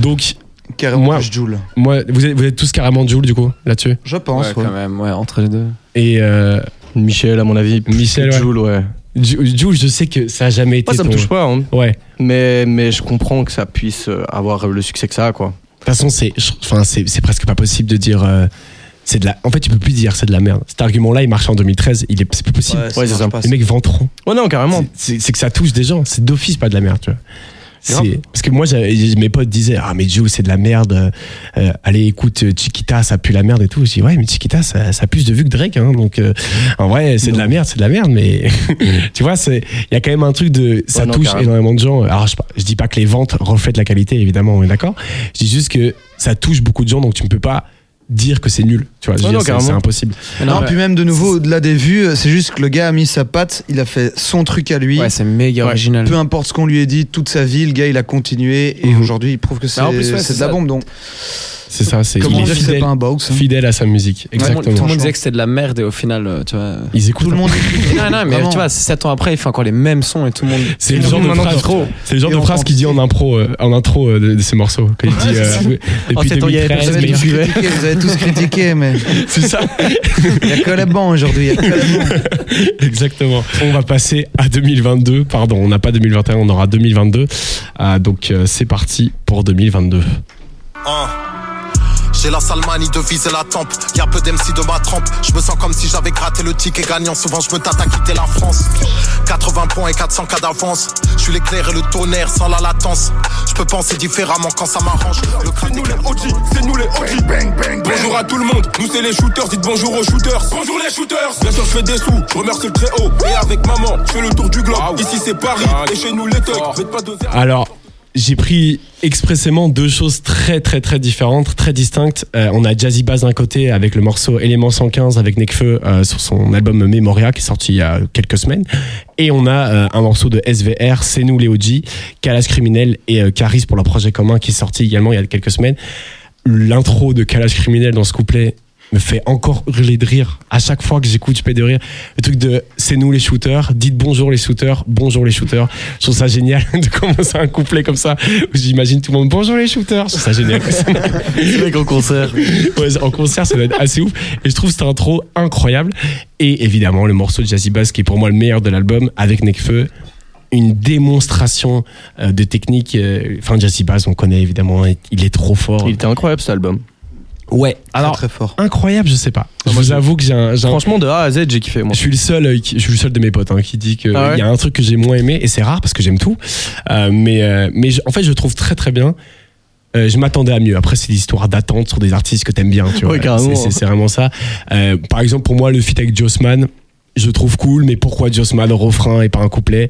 Donc,
Carrément,
Moi-
je joule.
moi, vous êtes, vous êtes tous carrément Jules du coup, là-dessus
Je pense,
Ouais,
ouais.
quand même, ouais, entre les deux.
Et euh,
Michel, à mon avis. plus
Michel,
que
ouais.
Jul, ouais.
Ju- Jules, je sais que ça a jamais été.
Moi, ça me
ton-
touche pas, hein.
Ouais. De
mais, mais je comprends que ça puisse euh, avoir le succès que ça a, quoi.
toute façon, c'est, je- enfin, c'est, c'est presque pas possible de dire. euh, c'est de la. En fait, tu peux plus dire c'est de la merde. Cet argument-là, il marchait en 2013. Il est, c'est plus possible.
Ouais, c'est ça.
marche pas,
Les mecs vendent trop.
Ouais, non, carrément.
C'est, c'est que ça touche des gens. C'est d'office pas de la merde, tu vois.
Grave.
C'est, parce que moi, j'avais- j'ai- mes potes disaient Ah, mais Jules, c'est de la merde. euh, euh, allez, écoute, euh, Chiquita, ça pue la merde et tout. Je dis Ouais, mais Chiquita, ça, ça a plus de vues que Drake. hein. donc, euh, en vrai, c'est de la merde, c'est de la merde. Mais tu vois, c'est- il y a quand même un truc de. Ça
Ouais, non,
touche
carrément.
énormément de gens. Alors, je, je dis pas que les ventes reflètent la qualité, évidemment, on est d'accord. Je dis juste que ça touche beaucoup de gens, donc tu ne peux pas dire que c'est nul. Tu vois, je veux
Ouais, non,
dire, c'est-
carrément.
c'est impossible.
Mais
Non,
mais-
puis même de nouveau, au-delà des vues, euh, c'est juste que le gars a mis sa patte, il a fait son truc à lui.
Ouais, c'est méga
Ouais.
original.
Peu importe ce qu'on lui ait dit, toute sa vie, le gars, il a continué et
Mhm.
aujourd'hui, il prouve que c'est
en plus, ouais,
c'est
c'est
de la
ça.
bombe. Donc,
C'est ça, c'est.
comment
il est
dire que c'est
fidèle,
pas un box hein
fidèle à sa musique.
Tout le monde-
Exactement.
Tout le monde disait que c'était de la merde et au final, euh, tu vois.
Ils écoutent
Tout le monde.
Non, non, mais
Vraiment.
tu vois, 7 ans après, il fait encore les mêmes sons et tout le monde.
C'est le genre de
Maintenant,
phrase,
trop.
c'est le genre
Et
de
on
phrase qu'il dit en impro, euh, en intro euh, de, de ses morceaux. Quand il dit euh, depuis
En sept ans, il y avait
2013,
personne
Vous
qui
mais-
me suivait.
avez, tous critiqué, vous avez tous critiqué, mais ouais.
C'est ça
Il y a que la banque aujourd'hui. il y a que la banque.
Exactement. On va passer à 2022. Pardon, on n'a pas 2021, on aura 2022. Ah, donc euh, c'est parti pour 2022.
Hein. J'ai la salmanie de viser la tempe, y'a peu d'MC de ma trempe. Je me sens comme si j'avais gratté le ticket gagnant. Souvent je me tâte à quitter la France. 80 points et 400 cas d'avance. Je suis l'éclair et le tonnerre sans la latence. Je peux penser différemment quand ça m'arrange. Le crâne
nous les OG, c'est nous les OG. Bonjour à tout le monde, nous c'est les shooters, dites bonjour aux shooters. Bonjour les shooters. Bien sûr, je fais des sous, je remercie le très haut. Et avec maman, je fais le tour du globe. Ici c'est Paris, et chez nous les thugs. Faites pas de zère-
Alors, j'ai pris expressément deux choses très très très différentes, très distinctes. Euh, on a Jazzy Bass d'un côté avec le morceau Élément 115 avec Nekfeu euh, sur son album Memoria qui est sorti il y a quelques semaines. Et on a euh, un morceau de SVR, C'est nous les OG, Calas Criminel et euh, Caris pour leur projet commun qui est sorti également il y a quelques semaines. L'intro de Calas Criminel dans ce couplet me fait encore hurler de rire à chaque fois que j'écoute je pète de rire le truc de c'est nous les shooters dites bonjour les shooters bonjour les shooters je trouve ça génial de commencer un couplet comme ça où j'imagine tout le monde bonjour les shooters je trouve ça génial
C'est mec en concert.
Ouais, en concert, ça doit être assez ouf. Et je trouve cette intro incroyable. Et évidemment, le morceau de Jazzy Bass, qui est pour moi le meilleur de l'album, avec Nekfeu. Une démonstration euh, de technique. euh, Enfin, Jazzy Bass, on connaît évidemment, il est trop fort.
Il était incroyable cet album.
Ouais, alors,
très, très fort.
incroyable, je sais pas. Je
moi,
vous
je-
avoue que j'ai un. j'ai un-
Franchement, de A à Z, j'ai kiffé moi.
Je suis le seul, euh, qui- je suis le seul de mes potes hein, qui dit qu'il
Ah ouais
y a un truc que j'ai moins aimé et c'est rare parce que j'aime tout. Euh, mais euh, mais je- en fait, je trouve très très bien. Euh, je m'attendais à mieux. Après, c'est l'histoire d'attente sur des artistes que t'aimes bien. Tu vois,
Ouais, carrément.
C'est- c'est c'est vraiment ça. Euh, par exemple, pour moi, le feat avec Jossman, je trouve cool, mais pourquoi Jossman au refrain et pas un couplet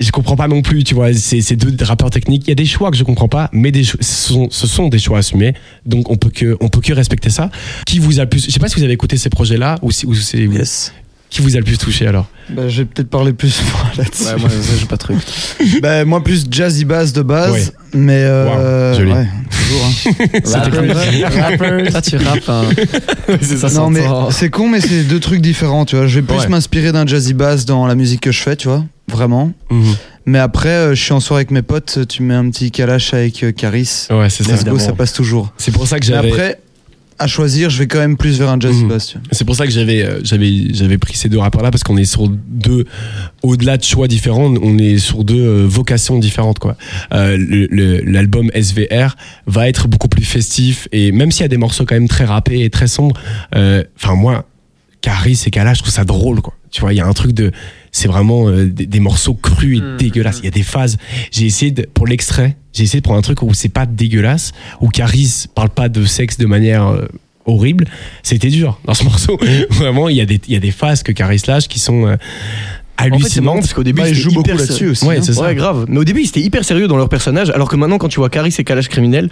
Je comprends pas non plus. Tu vois, c'est c'est deux rappeurs techniques. Il y a des choix que je comprends pas, mais des cho- ce sont, ce sont des choix assumés. Donc on peut que on peut que respecter ça. Qui vous a le plus Je sais pas si vous avez écouté ces projets-là ou si ou c'est
Yes.
qui vous a le plus touché alors
Bah, je vais peut-être parler plus moi, là-dessus.
Ouais, moi, ça, j'ai pas de truc.
Bah, moi, plus jazzy bass de base,
Ouais.
mais euh,
Wow, joli.
ouais, toujours. hein.
Là, tu rappes. hein. ça
Non, mais
s'entend.
c'est con, mais c'est deux trucs différents, tu vois. Je vais plus
Ouais.
m'inspirer d'un jazzy bass dans la musique que je fais, tu vois, vraiment. Mais après, euh, je suis en soirée avec mes potes, tu mets un petit calache avec euh, Caris.
Ouais, c'est ça.
Let's go, ça passe toujours.
C'est pour ça que
Mais
j'avais.
après, à choisir, je vais quand même plus vers un jazzy
Mhm.
bass, tu vois.
C'est pour ça que j'avais, euh, j'avais, j'avais pris ces deux rapports là parce qu'on est sur deux, au-delà de choix différents, on est sur deux euh, vocations différentes quoi. Euh, le- le- l'album SVR va être beaucoup plus festif et même s'il y a des morceaux quand même très rappés et très sombres, euh, enfin moi, Caris et Kala, je trouve ça drôle quoi. Tu vois, il y a un truc de, c'est vraiment euh, des, des morceaux crus et
Mm,
dégueulasses.
mm.
Il y a des phases. J'ai essayé de, pour l'extrait, j'ai essayé de prendre un truc où c'est pas dégueulasse, où Caris parle pas de sexe de manière euh, horrible. C'était dur dans ce morceau. Vraiment, il y a des il y a des phases que Caris lâche qui sont euh,
En fait, c'est marrant
hallucinantes.
parce qu'au début,
Bah, ils
ils
jouent beaucoup là-dessus aussi,
Ouais, hein. c'est ça.
Ouais, grave. Mais au début, ils étaient hyper sérieux dans leur personnage, alors que maintenant, quand tu vois Caris et Kalash criminel,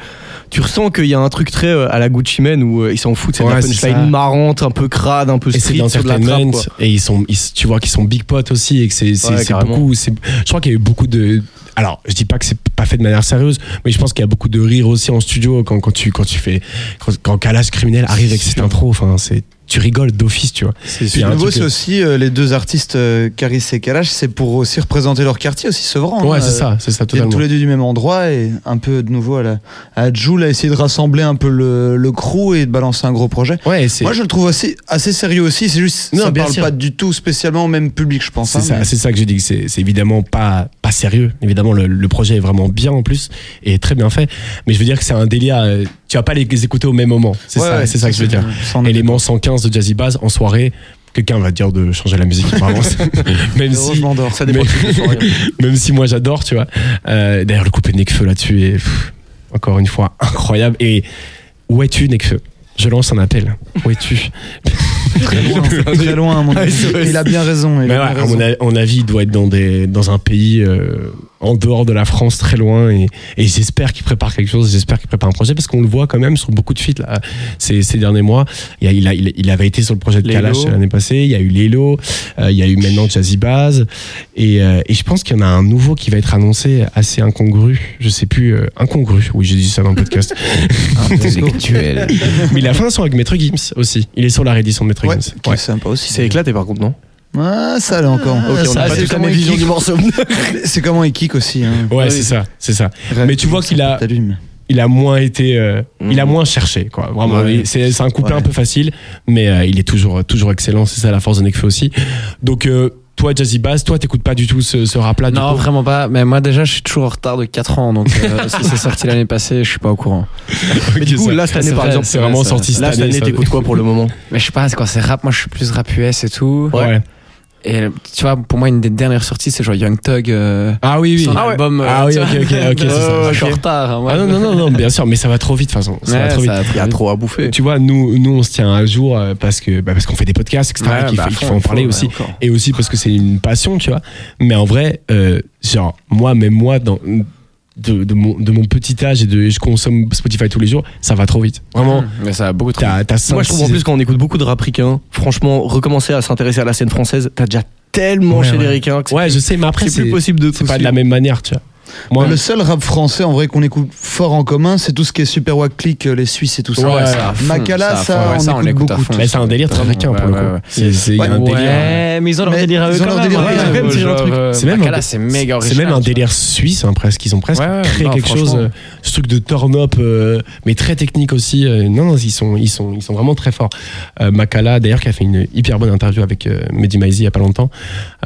tu ressens qu'il y a un truc très euh, à la Gucci Mane où euh, ils s'en foutent. C'est de
Ouais,
la
c'est ça.
punchline marrante, un peu crade, un peu
et c'est
street, sur de la trappe.
l'entertainment
quoi.
et ils sont ils- tu vois qu'ils sont big potes aussi et que c'est c'est
Ouais,
c'est
carrément.
beaucoup c'est je crois qu'il y a eu beaucoup de alors je dis pas que c'est pas fait de manière sérieuse mais je pense qu'il y a beaucoup de rire aussi en studio quand quand tu quand tu fais quand quand Kalash criminel arrive avec cette intro enfin c'est tu rigoles d'office tu vois
Puis
Il y a
de
un
nouveau,
truc-
c'est aussi euh, les deux artistes, euh, Caris et Kalash, c'est pour aussi représenter leur quartier, aussi Sevran.
ouais
hein,
c'est
euh,
ça c'est ça
Ils viennent
totalement
tous les deux du même endroit et un peu de nouveau à, la, à Jules a essayé de rassembler un peu le, le crew et de balancer un gros projet.
ouais et c'est
Moi je le trouve assez, assez sérieux aussi, c'est juste
Non,
ça
bien
parle
sûr.
pas du tout spécialement au même public je pense.
C'est
hein,
ça,
mais-
c'est ça que j'ai dit que c'est c'est évidemment pas pas sérieux. Évidemment, le, le projet est vraiment bien en plus et très bien fait. Mais je veux dire que c'est un délire. euh, Tu vas pas les, les écouter au même moment. C'est
Ouais,
ça,
ouais,
c'est ça que je veux dire.
sans-
Élément 115 de Jazzy Bass en soirée. Quelqu'un va te dire de changer la musique. vraiment. même
Heureusement, je
si,
m'endors.
Ça dépend
Mais-
de qui tu sois, rien.
même si moi j'adore, tu vois. Euh, D'ailleurs, le couplet de Nekfeu là-dessus est pff, encore une fois incroyable. Et où es-tu, Nekfeu Je lance un appel. Où es-tu
Très loin, très loin à mon avis. Il a bien raison. il
Mais
a
ouais,
bien
à
raison.
mon, a- mon avis, il doit être dans, des, dans un pays euh, en dehors de la France, très loin. Et, et j'espère qu'il prépare quelque chose, j'espère qu'il prépare un projet, parce qu'on le voit quand même sur beaucoup de feats là, ces, ces derniers mois. Il, y a- il, a- il- il avait été sur le projet de
Lelo.
Kalash l'année passée, il y a eu Lelo, euh, il y a eu maintenant Jazzy Baz. Et, euh, et je pense qu'il y en a un nouveau qui va être annoncé assez incongru. Je sais plus, euh, incongru, oui, j'ai dit ça dans le podcast.
Ah,
Mais il a fait un son avec Maître Gims aussi. Il est sur la réédition de Maître
Ouais,
Gims.
qui est sympa aussi.
Il s'est éclaté par contre, non
Ah, ça là encore.
Ok, on
Ça,
n'a pas
c'est
tous la
comment
même
il
vision
kick.
du morceau.
C'est comment il kick aussi. hein.
Ouais, c'est ça, c'est ça.
Rêve
Mais tu vois
sans
qu'il a-
porte à lui, mais-
il a moins été, euh, il a moins cherché, quoi. Vraiment,
Mhm. Ouais.
il- c'est c'est un couplet un peu facile, mais euh, il est toujours, toujours excellent. C'est ça la force de Nekfeu aussi. Donc euh, toi, Jazzy Bass, toi, t'écoutes pas du tout ce, ce rap-là. du
Non,
coup
vraiment pas. Mais moi, déjà, je suis toujours en retard de 4 ans. Donc, euh, si c'est sorti l'année passée, je suis pas au courant.
Mais du
Ok,
coup,
ça-
là, cette année,
c'est
par
vrai,
exemple,
c'est vraiment
ça-
sorti cette
Là, cette
année.
année,
ça-
t'écoutes quoi pour le moment
Mais je sais pas, c'est quoi, c'est rap. Moi, je suis plus rap US et tout.
Ouais.
Et tu vois, pour moi, une des dernières sorties, c'est genre Young Thug. euh,
Ah oui, oui.
son album. euh,
Ah oui,
tu
ok,
vois.
ok, ok, c'est ça.
Je suis en
ok.
retard. hein, moi.
Ah non, non, non, non, bien sûr, mais ça va trop vite, de toute façon. Ça va
Ouais,
trop vite.
ça va très
Il y a
vite.
trop à bouffer.
Tu vois, nous, nous, on se tient à jour euh, parce que bah, parce qu'on fait des podcasts, etc.
Ouais,
qu'il
bah,
faut,
à
qu'il
fond,
faut en parler
ouais,
aussi,
encore.
et aussi parce que c'est une passion, tu vois. Mais en vrai, euh, genre moi, même moi, dans de, de mon, de mon petit âge et de et je consomme Spotify tous les jours, ça va trop vite. Vraiment,
Mais ça a beaucoup trop.
t'as t'as cinq,
Moi, je trouve en
six-
plus quand on écoute beaucoup de rap ricain, franchement, recommencer à s'intéresser à la scène française, t'as déjà tellement
Ouais,
chez les
ouais.
ricains que c'est
Ouais, je sais, mais après
c'est
c'est
plus possible de
c'est
tout
pas de la
suivre.
même manière, tu vois. Moi,
Le seul rap français en vrai qu'on écoute fort en commun, c'est tout ce qui est Super Wack Click, euh, les Suisses et tout ça.
Ouais,
ça à fond,
Macala,
ça à
ça,
fond, ouais,
on,
ça, on
écoute
l'écoute à
beaucoup.
fond.
mais c'est un délire très
Ouais,
ricain pour le
ouais,
coup.
ouais.
C'est c'est- il y a un
Ouais.
délire.
Ouais, mais ils ont leur
Mais
délire à eux.
ils ont
quand
leur
même,
délire,
hein.
ouais,
Ils ont
ouais,
même
ouais,
tiré leur
genre,
truc.
C'est même un
Macala,
dé-
c'est méga
C'est
original.
même un
tu vois.
délire suisse, hein, presque. Ils ont presque
Ouais, ouais,
créé
non,
quelque chose,
franchement.
euh, ce truc de turn-up, euh, mais très technique aussi. euh, non, non, ils sont, ils, sont, ils sont vraiment très forts. Euh, Makala, d'ailleurs, qui a fait une hyper bonne interview avec euh, Mehdi Maizi il n'y a pas longtemps,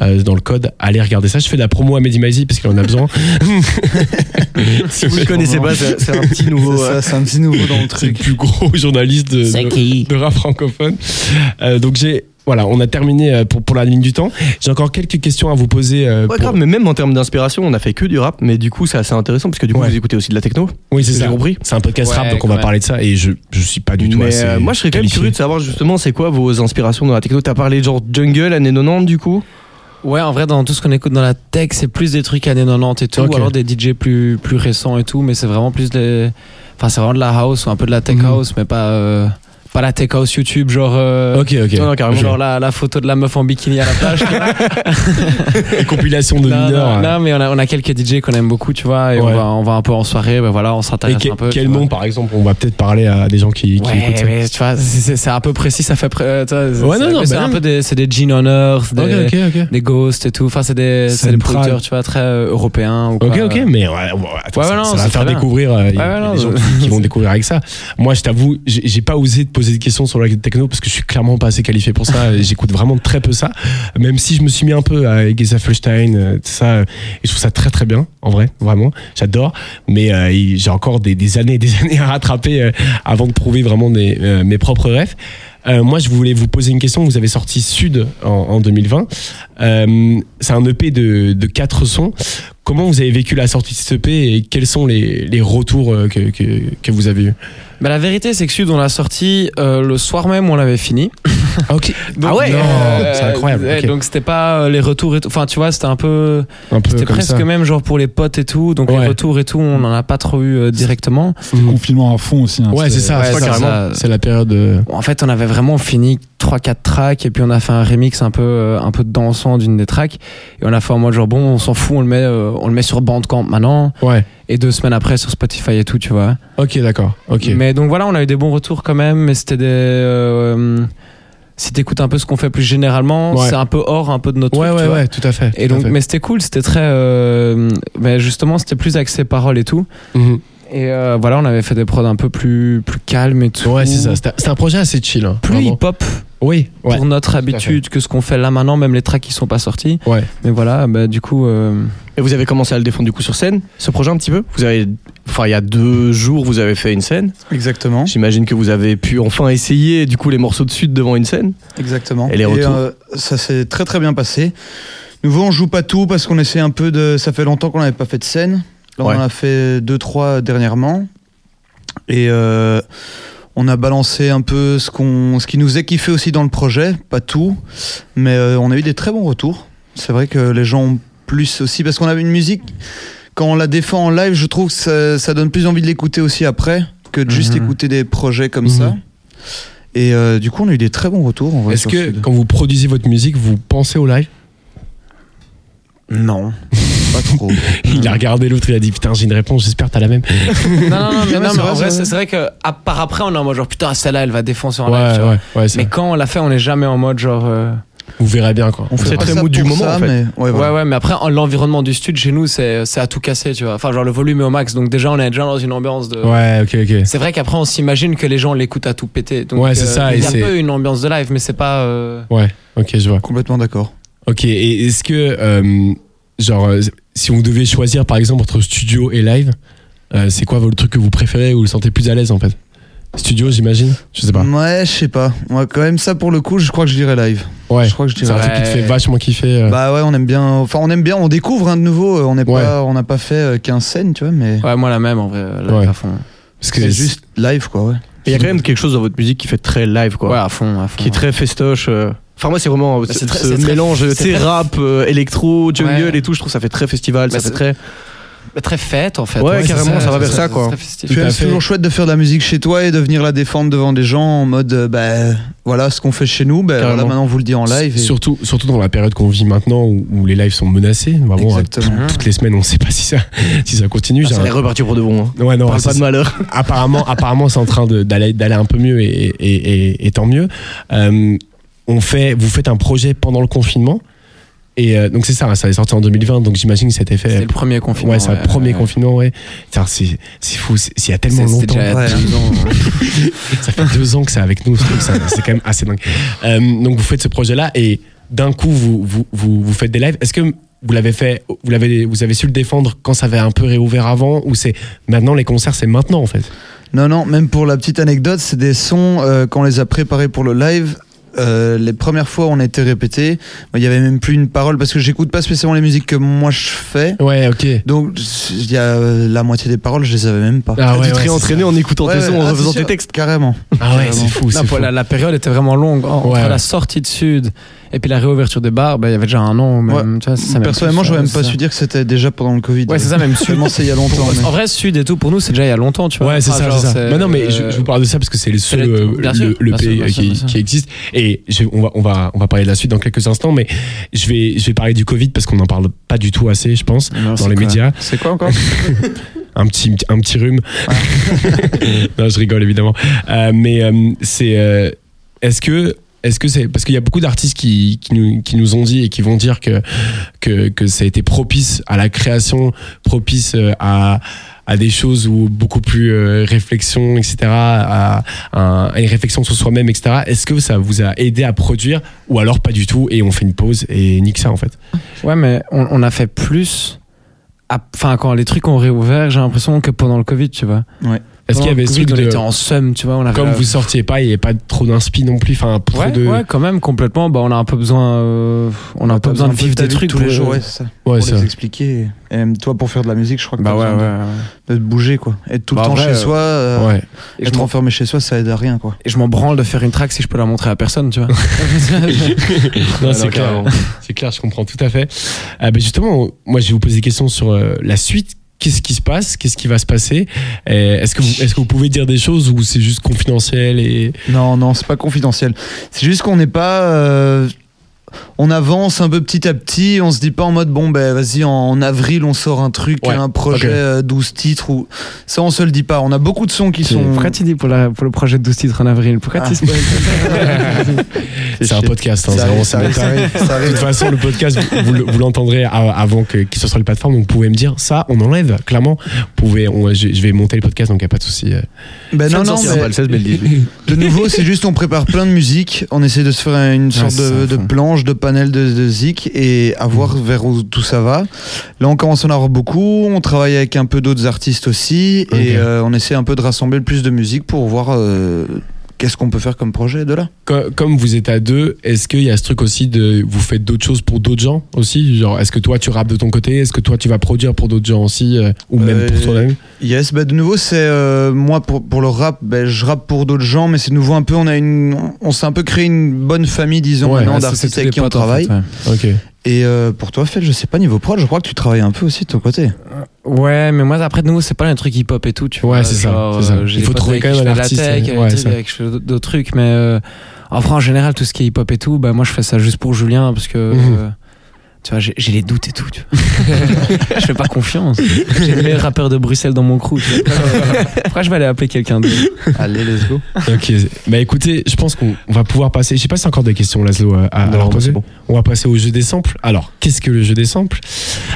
euh, dans le code. Allez regarder ça. Je fais de la promo à Mehdi Maizi parce qu'il en a besoin.
Si vous ne connaissez pas, c'est c'est un petit nouveau.
C'est ça, c'est un petit nouveau dans le
C'est le
truc.
plus gros journaliste de, de- de rap francophone. Euh, donc, j'ai. Voilà, on a terminé euh, pour, pour la ligne du temps. J'ai encore quelques questions à vous poser. euh,
Ouais,
pour-
grave, mais même en termes d'inspiration, on a fait que du rap, mais du coup, c'est assez intéressant parce que du coup,
Ouais.
vous écoutez aussi de la techno.
Oui, c'est
J'ai
ça.
compris.
C'est un podcast
Ouais,
rap, donc on
quand
va
même.
parler de ça. Et je je suis pas du tout
mais
assez
euh, moi, je serais quand même
qualifié.
curieux de savoir justement c'est quoi vos inspirations dans la techno. T'as parlé genre jungle, années 90 du coup.
Ouais, en vrai, dans tout ce qu'on écoute dans la tech, c'est plus des trucs années 90 et tout,
Ok.
ou alors des DJ plus, plus récents et tout, mais c'est vraiment plus des. Enfin, c'est vraiment de la house ou un peu de la tech
Mhm.
house, mais pas, euh, pas la tech house YouTube, genre. euh,
Ok, ok.
Non, non, carrément.
Genre la, la photo de la meuf en bikini à la plage. tu vois.
Une compilation de
non,
mineurs.
non,
hein.
non, mais on a, on a quelques DJ qu'on aime beaucoup, tu vois, et
Ouais.
on, va, on va un peu en soirée, ben voilà, on
Et
s'intéresse
que-
un peu.
quel
tu vois.
nom, par exemple On va peut-être parler à des gens qui, qui
Ouais,
écoutent ça.
mais tu vois, c'est- c'est c'est un peu précis, ça fait. pré- euh, tu vois, c'est-
Ouais, non,
c'est-
non,
c'est
bah
un
non.
peu des, c'est des Gene Honors, des,
Ok, ok, ok.
des Ghosts et tout. Enfin, c'est des,
Ça
c'est des
me parle.
producteurs, tu vois, très euh, européens ou
Ok,
quoi.
ok, mais ouais, bon, attends,
Ouais,
ça,
ouais, non,
ça va
c'est
faire
très bien.
découvrir. euh, il y a-
Ouais, ouais,
il y a
non,
des gens qui, qui vont découvrir avec ça. Moi, je t'avoue, j'ai j'ai pas osé te poser de questions sur la techno parce que je suis clairement pas assez qualifié pour ça. et J'écoute vraiment très peu ça. Même si je me suis mis un peu euh, à Geza Felstein, euh, tout ça, euh, et je trouve ça très très bien, en vrai, vraiment. J'adore. Mais euh, il- j'ai encore des, des années et des années à rattraper euh, avant de prouver vraiment des, euh, mes propres rêves. Euh, moi, je voulais vous poser une question. Vous avez sorti Sud en, en 2020. Euh, c'est un EP de, de 4 sons. Comment vous avez vécu la sortie de cet EP et quels sont les, les retours euh, que, que, que vous avez eus
Bah, la vérité, c'est que Sud, on l'a sorti euh, le soir même où on l'avait fini.
ah, ok.
Donc,
ouais,
euh,
Non, c'est incroyable,
ouais,
ok.
Donc, c'était pas euh, les retours et tout. Enfin, tu vois, c'était un peu.
Un peu
C'était
comme
presque
ça.
même genre pour les potes et tout. Donc,
Ouais.
les retours et tout, on en a pas trop eu euh, directement.
Mm.
Confinement à fond aussi. hein,
Ouais, c'est ça,
ouais,
c'est
ça,
ça,
ça.
C'est la période. euh,
En fait, on avait vraiment fini 3-4 tracks et puis on a fait un remix un peu, euh, un peu dansant d'une des tracks. Et on a fait en mode genre, bon, on s'en fout, on le met, euh, on le met sur Bandcamp maintenant.
Ouais.
Et deux semaines après sur Spotify et tout, tu vois.
Ok, d'accord. Ok.
Mais donc voilà, on a eu des bons retours quand même, mais c'était des. euh, si t'écoutes un peu ce qu'on fait plus généralement,
Ouais.
c'est un peu hors un peu de notre
ouais,
truc, tu
ouais,
vois.
ouais, tout à fait.
Et
tout à
donc,
fait.
mais c'était cool, c'était très. euh, mais justement, c'était plus axé parole et tout.
Mhm.
Et euh, voilà, on avait fait des prods un peu plus, plus calmes et tout.
Ouais, c'est ça. C'était c'était un projet assez chill. hein,
Plus
vraiment.
hip-hop
Oui, ouais.
pour notre
à fait.
habitude que ce qu'on fait là maintenant, même les tracks qui sont pas sortis.
Ouais.
Mais voilà, bah, du coup. euh,
Et vous avez commencé à le défendre du coup sur scène, ce projet un petit peu. Vous avez, enfin, il y a deux jours, vous avez fait une scène.
Exactement.
J'imagine que vous avez pu enfin essayer du coup les morceaux de Sud devant une scène.
Exactement. euh,
Et les retours
Ça s'est très très bien passé. Nouveau, on joue pas tout parce qu'on essaie un peu de. Ça fait longtemps qu'on n'avait pas fait de scène. Là,
Ouais.
on en a fait deux trois dernièrement. Et euh, on a balancé un peu ce qu'on, ce qui nous est kiffé aussi dans le projet, pas tout, mais euh, on a eu des très bons retours. C'est vrai que les gens ont plus aussi parce qu'on avait une musique. Quand on la défend en live, je trouve que ça, ça donne plus envie de l'écouter aussi après que de juste
Mhm.
écouter des projets comme
Mhm.
ça. Et euh, du coup, on a eu des très bons retours. en vrai,
Est-ce
sur
que
Sud.
quand vous produisez votre musique, vous pensez au live
Non.
Pas trop.
Mhm.
Il a regardé l'autre, il a dit Putain, j'ai une réponse, j'espère que t'as la même.
Ouais,
non, non, non, mais, non,
c'est
mais
vrai,
en vrai,
c'est
c'est c'est vrai que, à part après, on est en mode genre, putain, celle-là, elle va défoncer en
Ouais,
live, tu vois.
ouais, ouais. c'est
Mais
vrai.
quand on l'a fait, on n'est jamais en mode genre. euh,
Vous verrez bien quoi.
On fait
verra.
pas ça pour ça, mais- ouais,
Ouais,
voilà.
ouais, mais après, en- l'environnement du studio chez nous, c'est c'est à tout casser, tu vois. Enfin, genre le volume est au max, donc déjà, on est déjà dans une ambiance de.
Ouais, ok, ok.
C'est vrai qu'après, on s'imagine que les gens l'écoutent à tout péter. Donc, euh,
Ouais, c'est ça,
Il y
et
a un
c'est-
peu une ambiance de live, mais c'est pas. euh,
Ouais, ok, je vois.
Complètement d'accord.
Ok, et est-ce que, euh, genre, euh, si vous deviez choisir par exemple entre studio et live, euh, c'est quoi le truc que vous préférez ou vous le sentez plus à l'aise en fait Studio, j'imagine Je sais pas.
Ouais, je sais pas. Moi, quand même, ça pour le coup, je crois que je dirais live.
Ouais,
Je crois que je
c'est un
dirais.
truc qui te fait vachement kiffer. euh.
Bah ouais, on aime bien. Enfin, on aime bien. On découvre un de nouveau. euh, On n'est
Ouais.
pas, on n'a pas fait euh, 15 scènes, tu vois, mais
Ouais, moi la même en vrai, euh, live
Ouais.
à fond.
parce que
c'est juste live, quoi. Ouais.
Il y a quand même quelque chose dans votre musique qui fait très live, quoi.
Ouais, à fond, à fond.
Qui est très festoche. euh. Enfin, moi, c'est vraiment euh,
c'est
ce
très-
ce
c'est très-
mélange,
c'est
c'est
très-
rap, euh, électro, jungle
Ouais.
et tout. Je trouve ça fait très festival.
Bah,
ça fait
c'est-
très.
Bah, très fête en fait.
Ouais, carrément,
c'est
ça va vers
c'est
ça, quoi.
c'est très festif.
Tout
Puis
à
même,
fait.
c'est toujours chouette de faire de la musique chez toi et de venir la défendre devant des gens en mode, euh, bah voilà, ce qu'on fait chez nous, bah
Carrément.
voilà, maintenant on vous le dit en live. et-
Surtout, surtout dans la période qu'on vit maintenant où, où les lives sont menacés. Vraiment, euh,
Exactement. Ah,
tout- toutes les semaines, on sait pas si ça, si ça continue. j'ai
Ah, Ça
un-
est reparti pour de bon. hein.
Ouais, non,
Parle
c'est-
pas de malheur.
apparemment, apparemment, c'est en train de- d'aller d'aller un peu mieux et, et, et- et tant mieux. Euh, on fait, vous faites un projet pendant le confinement. Et euh, donc c'est ça, ça est sorti en 2020, donc j'imagine que c'était
C'était
fait.
le premier confinement.
Ouais, c'est un premier
ouais.
confinement, ouais. Putain, C'est c'est fou, c'est c'est il y a tellement
C'est- c'était
longtemps.
déjà
Ouais. euh,
deux ans, ouais.
Ça fait deux ans que c'est avec nous, ce truc, ça- c'est quand même assez dingue. Euh, donc vous faites ce projet-là et d'un coup vous, vous, vous, vous faites des lives. Est-ce que vous l'avez fait, vous l'avez, vous avez su le défendre quand ça avait un peu réouvert avant ou c'est maintenant les concerts, c'est maintenant en fait.
Non, non, même pour la petite anecdote, c'est des sons euh, qu'on les a préparés pour le live. euh, les premières fois, on était répétés. Il y avait même plus une parole parce que j'écoute pas spécialement les musiques que moi je fais.
Ouais, ok.
Donc, il y a euh, la moitié des paroles, je les avais même pas.
Ah
tu
ouais,
te
ouais,
réentraînais en écoutant
Ouais,
tes sons,
ouais,
en
ah,
refaisant
c'est
tes
sûr,
textes.
Carrément.
Ah ouais, c'est fou,
Non,
c'est
pour
fou.
la, la période était vraiment longue. En- Entre
Ouais.
la sortie de Sud et puis la réouverture des bars, bah, il y avait déjà un an. Même, tu vois, c'est ça, même
Personnellement,
plus,
j'aurais
ouais,
même pas
c'est
su dire que c'était déjà pendant le Covid.
ça. Ouais, c'est ça, même Sud.
Seulement, c'est il y a longtemps. mais-
En vrai, Sud et tout, pour nous, c'est déjà il y a longtemps, tu vois.
Ouais, c'est
Enfin,
ça,
Ah, genre,
c'est ça.
c'est,
Mais non, mais je,
euh,
je vous parle de ça parce que c'est le seul
c'est
euh,
bien sûr,
le, le
bien sûr,
pays
bien
euh,
sûr, bien
qui,
sûr.
qui existe. Et je- on va on va on va parler de la suite dans quelques instants, mais je vais je vais parler du Covid parce qu'on n'en parle pas du tout assez, je pense,
Non,
dans
c'est
les
quoi
médias.
C'est quoi encore
un petit, un petit rhume. non, je rigole évidemment. Euh, mais euh, c'est. euh, Est-ce que. Est-ce que c'est parce qu'il y a beaucoup d'artistes qui, qui, nous, qui nous ont dit et qui vont dire que, que, que ça a été propice à la création, propice euh, à, à des choses où beaucoup plus euh, réflexion, etc., à, un- à une réflexion sur soi-même, etc. Est-ce que ça vous a aidé à produire ou alors pas du tout et on fait une pause et nique ça en fait
Ouais, mais on, on a fait plus. à- Enfin, quand les trucs ont réouvert, j'ai l'impression que pendant le Covid, tu vois.
Est-ce qu'il y avait
Pendant le
ce
Oh, Covid,
truc
on
de,
était en somme, tu vois. On avait
comme
la-
vous sortiez pas, il n'y avait pas trop d'inspi non plus, enfin trop
Ouais,
de
ouais, quand même, complètement. Bah, on a un peu besoin, euh, on a un peu besoin de vivre des trucs
tous les
pour- euh,
jours, ouais, c'est ça.
Ouais,
pour
ça.
les expliquer. Et même toi, pour faire de la musique, je crois que
Bah
t'as
ouais, ouais.
besoin de-
ouais.
de te bouger, quoi. Être tout
Bah,
le temps
en vrai,
chez
euh,
soi, euh,
Ouais.
Et je
être
m'en-
enfermé chez soi, ça aide à rien, quoi.
Et je m'en branle de faire une track si je peux la montrer à personne, tu vois.
Non,
Ouais,
c'est
non,
clair.
carrément.
C'est clair, je comprends tout à fait. Ah, ben justement, moi je vais vous poser des questions sur euh, la suite. Qu'est-ce qui se passe Qu'est-ce qui va se passer Et Est-ce que vous est-ce que vous pouvez dire des choses ou c'est juste confidentiel et
Non, non, c'est pas confidentiel. C'est juste qu'on n'est pas. euh, on avance un peu petit à petit, on se dit pas en mode bon, ben vas-y, en, en avril, on sort un truc,
Ouais,
un projet,
ok.
euh, 12 titres, ou. Ça, on se le dit pas. On a beaucoup de sons qui sont.
Pourquoi tu dis pour, la- pour le projet de 12 titres en avril Pourquoi
Ah.
tu dis
c'est un
chier.
podcast hein,
Ça
c'est
arrive,
vraiment
ça
c'est
arrive,
méta.
ça arrive, ça
De toute
arrive.
façon, le podcast, vous, vous le- vous l'entendrez a- avant que- qu'il soit sur les plateformes. Donc, vous pouvez me dire ça, on enlève, clairement. Vous pouvez, on- je, je vais monter le podcast, donc il n'y a pas de souci. euh.
Ben non, non, mais-
pas le 16, mais le 18.
De nouveau, c'est juste on prépare plein de musique, on essaie de se faire une sorte
c'est ça,
de, de
enfin.
planche, de panel de, de zik et à voir vers où tout ça va. Là, on commence à en avoir beaucoup, on travaille avec un peu d'autres artistes aussi
Ok.
et euh, on essaie un peu de rassembler le plus de musique pour voir euh, qu'est-ce qu'on peut faire comme projet de là.
Co- comme vous êtes à deux, est-ce qu'il y a ce truc aussi de vous faites d'autres choses pour d'autres gens aussi Genre, est-ce que toi tu rappes de ton côté Est-ce que toi tu vas produire pour d'autres gens aussi euh, Ou même
Euh,
pour toi-même
Yes, bah de nouveau, c'est euh, moi pour, pour le rap, bah, je rappe pour d'autres gens, mais c'est de nouveau un peu, on a une, on s'est un peu créé une bonne famille, disons,
Ouais,
maintenant,
Ouais, c'est-
d'artistes
c'est
avec
tous
qui
les
on
potes, en
travaille.
fait, ouais.
Ok.
Et euh, pour toi, Fel, je sais pas, niveau prod, je crois que tu travailles un peu aussi de ton côté.
Ouais, mais moi, après, de nouveau, c'est pas un truc hip-hop et tout, tu vois.
Ouais, c'est ça,
Genre,
c'est ça.
euh, j'ai
Il
des
faut
potes
trouver
avec
quand
qui
même
je
un
fais de
artiste,
La tech,
ouais,
avec
ça.
qui je fais d'autres trucs, mais euh, en France, en général, tout ce qui est hip-hop et tout, bah, moi, je fais ça juste pour Julien, parce que.
Mhm.
euh, Tu vois, j'ai j'ai les doutes et tout. Tu vois. je fais pas confiance. J'ai le meilleur rappeur de Bruxelles dans mon crew. tu vois. Pourquoi je vais aller appeler quelqu'un d'autre
Allez, let's go.
Ok. Bah écoutez, je pense qu'on on va pouvoir passer. Je sais pas si encore des questions, Laszlo, à, à
Non,
leur
bah,
poser.
c'est bon.
On va passer au jeu des samples. Alors, qu'est-ce que le jeu des samples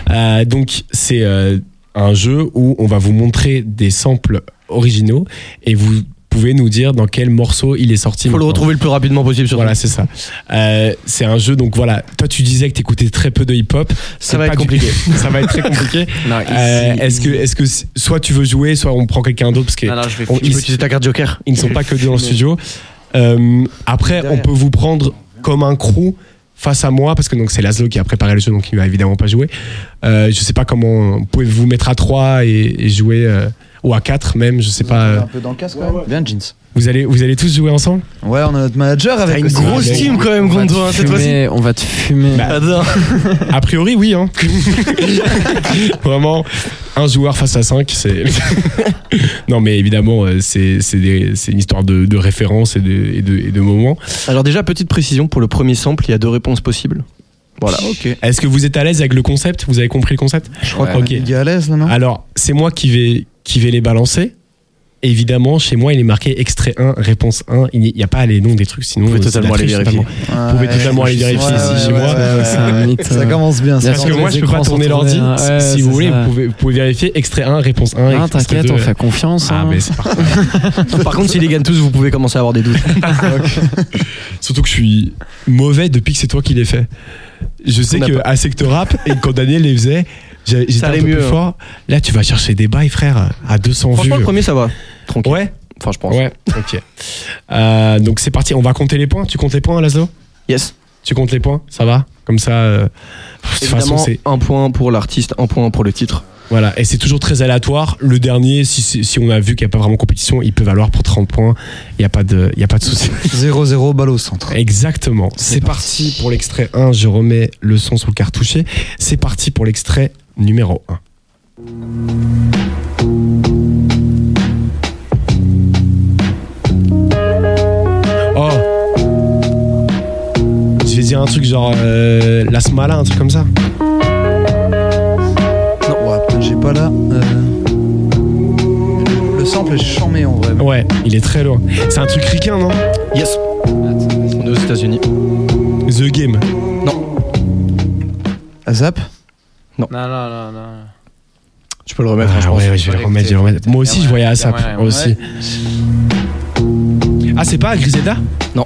Euh, Donc, c'est euh, un jeu où on va vous montrer des samples originaux et vous pouvez nous dire dans quel morceau il est sorti.
Faut le
maintenant.
retrouver le plus rapidement possible sur
Voilà, c'est ça. Euh, c'est un jeu, donc voilà. Toi, tu disais que t'écoutais très peu de hip-hop. C'est
Ça va
pas
être
du-
compliqué.
ça va être très compliqué.
Non,
Euh, est-ce que, est-ce que c- soit tu veux jouer, soit on prend quelqu'un d'autre parce que
non, je vais
on-
tu peux
ils-
utiliser ta carte Joker
ils ne sont pas que deux dans le studio. Euh, après, on peut vous prendre comme un crew face à moi, parce que donc c'est Laszlo qui a préparé le jeu, donc il ne va évidemment pas jouer. Euh, je sais pas comment. Vous pouvez vous mettre à trois et, et jouer, euh, ou à quatre même, je sais pas. euh.
un peu dans le casque quand même. Bien, jeans.
Vous allez, vous allez tous jouer ensemble
Ouais, on a notre manager avec
une
aussi.
grosse team.
quand même, hein,
On va te fumer, on va te fumer.
Bah,
Attends.
A priori, oui. Hein. Vraiment, un joueur face à cinq, c'est. non, mais évidemment, euh, c'est c'est des- c'est une histoire de, de référence et de, et de, et de moments.
Alors, déjà, petite précision pour le premier sample, il y a deux réponses possibles. Voilà.
Ok.
Est-ce que vous êtes à l'aise avec le concept Vous avez compris le concept
Je crois
Ouais.
qu'on
Ok.
est à l'aise là, non
Alors, c'est moi qui vais, qui vais les balancer. Évidemment, chez moi, il est marqué extrait 1, réponse 1. Il n'y a pas les noms des trucs, sinon.
Vous pouvez
euh, c'est de la
totalement aller
triche,
vérifier.
totalement. Vous pouvez totalement aller vérifier
Ouais,
ici
ouais,
chez
ouais,
moi.
ouais, ouais.
C'est un mythe.
Ça commence bien.
Bien
euh,
Ça
sûr.
Parce que
les
moi, je peux
écrans
pas
sont
tourner l'ordi.
tournés, hein. Ouais,
si
c'est
vous voulez,
ça.
vous pouvez, vous pouvez vérifier extrait 1, réponse 1.
Ah,
extrait
t'inquiète,
2.
on fait confiance.
Ah,
hein.
mais c'est parfait.
Par contre, s'ils les gagnent tous, vous pouvez commencer à avoir des doutes.
Surtout que je suis mauvais depuis que c'est toi qui les fais. Je sais
On n'a
que à Sector Rap, et quand Daniel les faisait, j'ai- j'étais un
allait
peu plus
mieux, hein.
fort. Là, tu vas chercher des bails, frère, à 200 vues.
Franchement, le premier, ça va. euh, Tranquille.
Ouais,
Enfin, je pense.
ouais, ok. Euh, donc c'est parti, on va compter les points. Tu comptes les points, Lazo
Yes.
Tu comptes les points Ça va Comme ça, euh, de toute façon,
Évidemment,
c'est.
un point pour l'artiste, un point pour le titre.
Voilà, et c'est toujours très aléatoire. Le dernier, si, si- si on a vu qu'il n'y a pas vraiment compétition, il peut valoir pour 30 points. Il n'y a, pas de- il y a pas de souci.
0-0, balle au centre.
Exactement. C'est parti pour l'extrait 1. Je remets le son sur le cartouché. C'est parti pour l'extrait numéro 1. Oh Je vais dire un truc genre euh, La Smala, un truc comme ça.
Non, ouais, peut-être j'ai pas là. euh, Le sample est chambé en vrai.
Ouais, il est très loin. C'est un truc ricain, non
Yes. On est aux États-Unis.
The Game.
Ah, Zap
Non, non, non, non.
Tu peux le remettre, hein, je
Ah
pense.
ouais, ouais, je vais le remettre, je vais le remettre. Moi aussi, je voyais ASAP.
Ouais, ouais.
aussi. Ah, c'est pas Griselda
Non.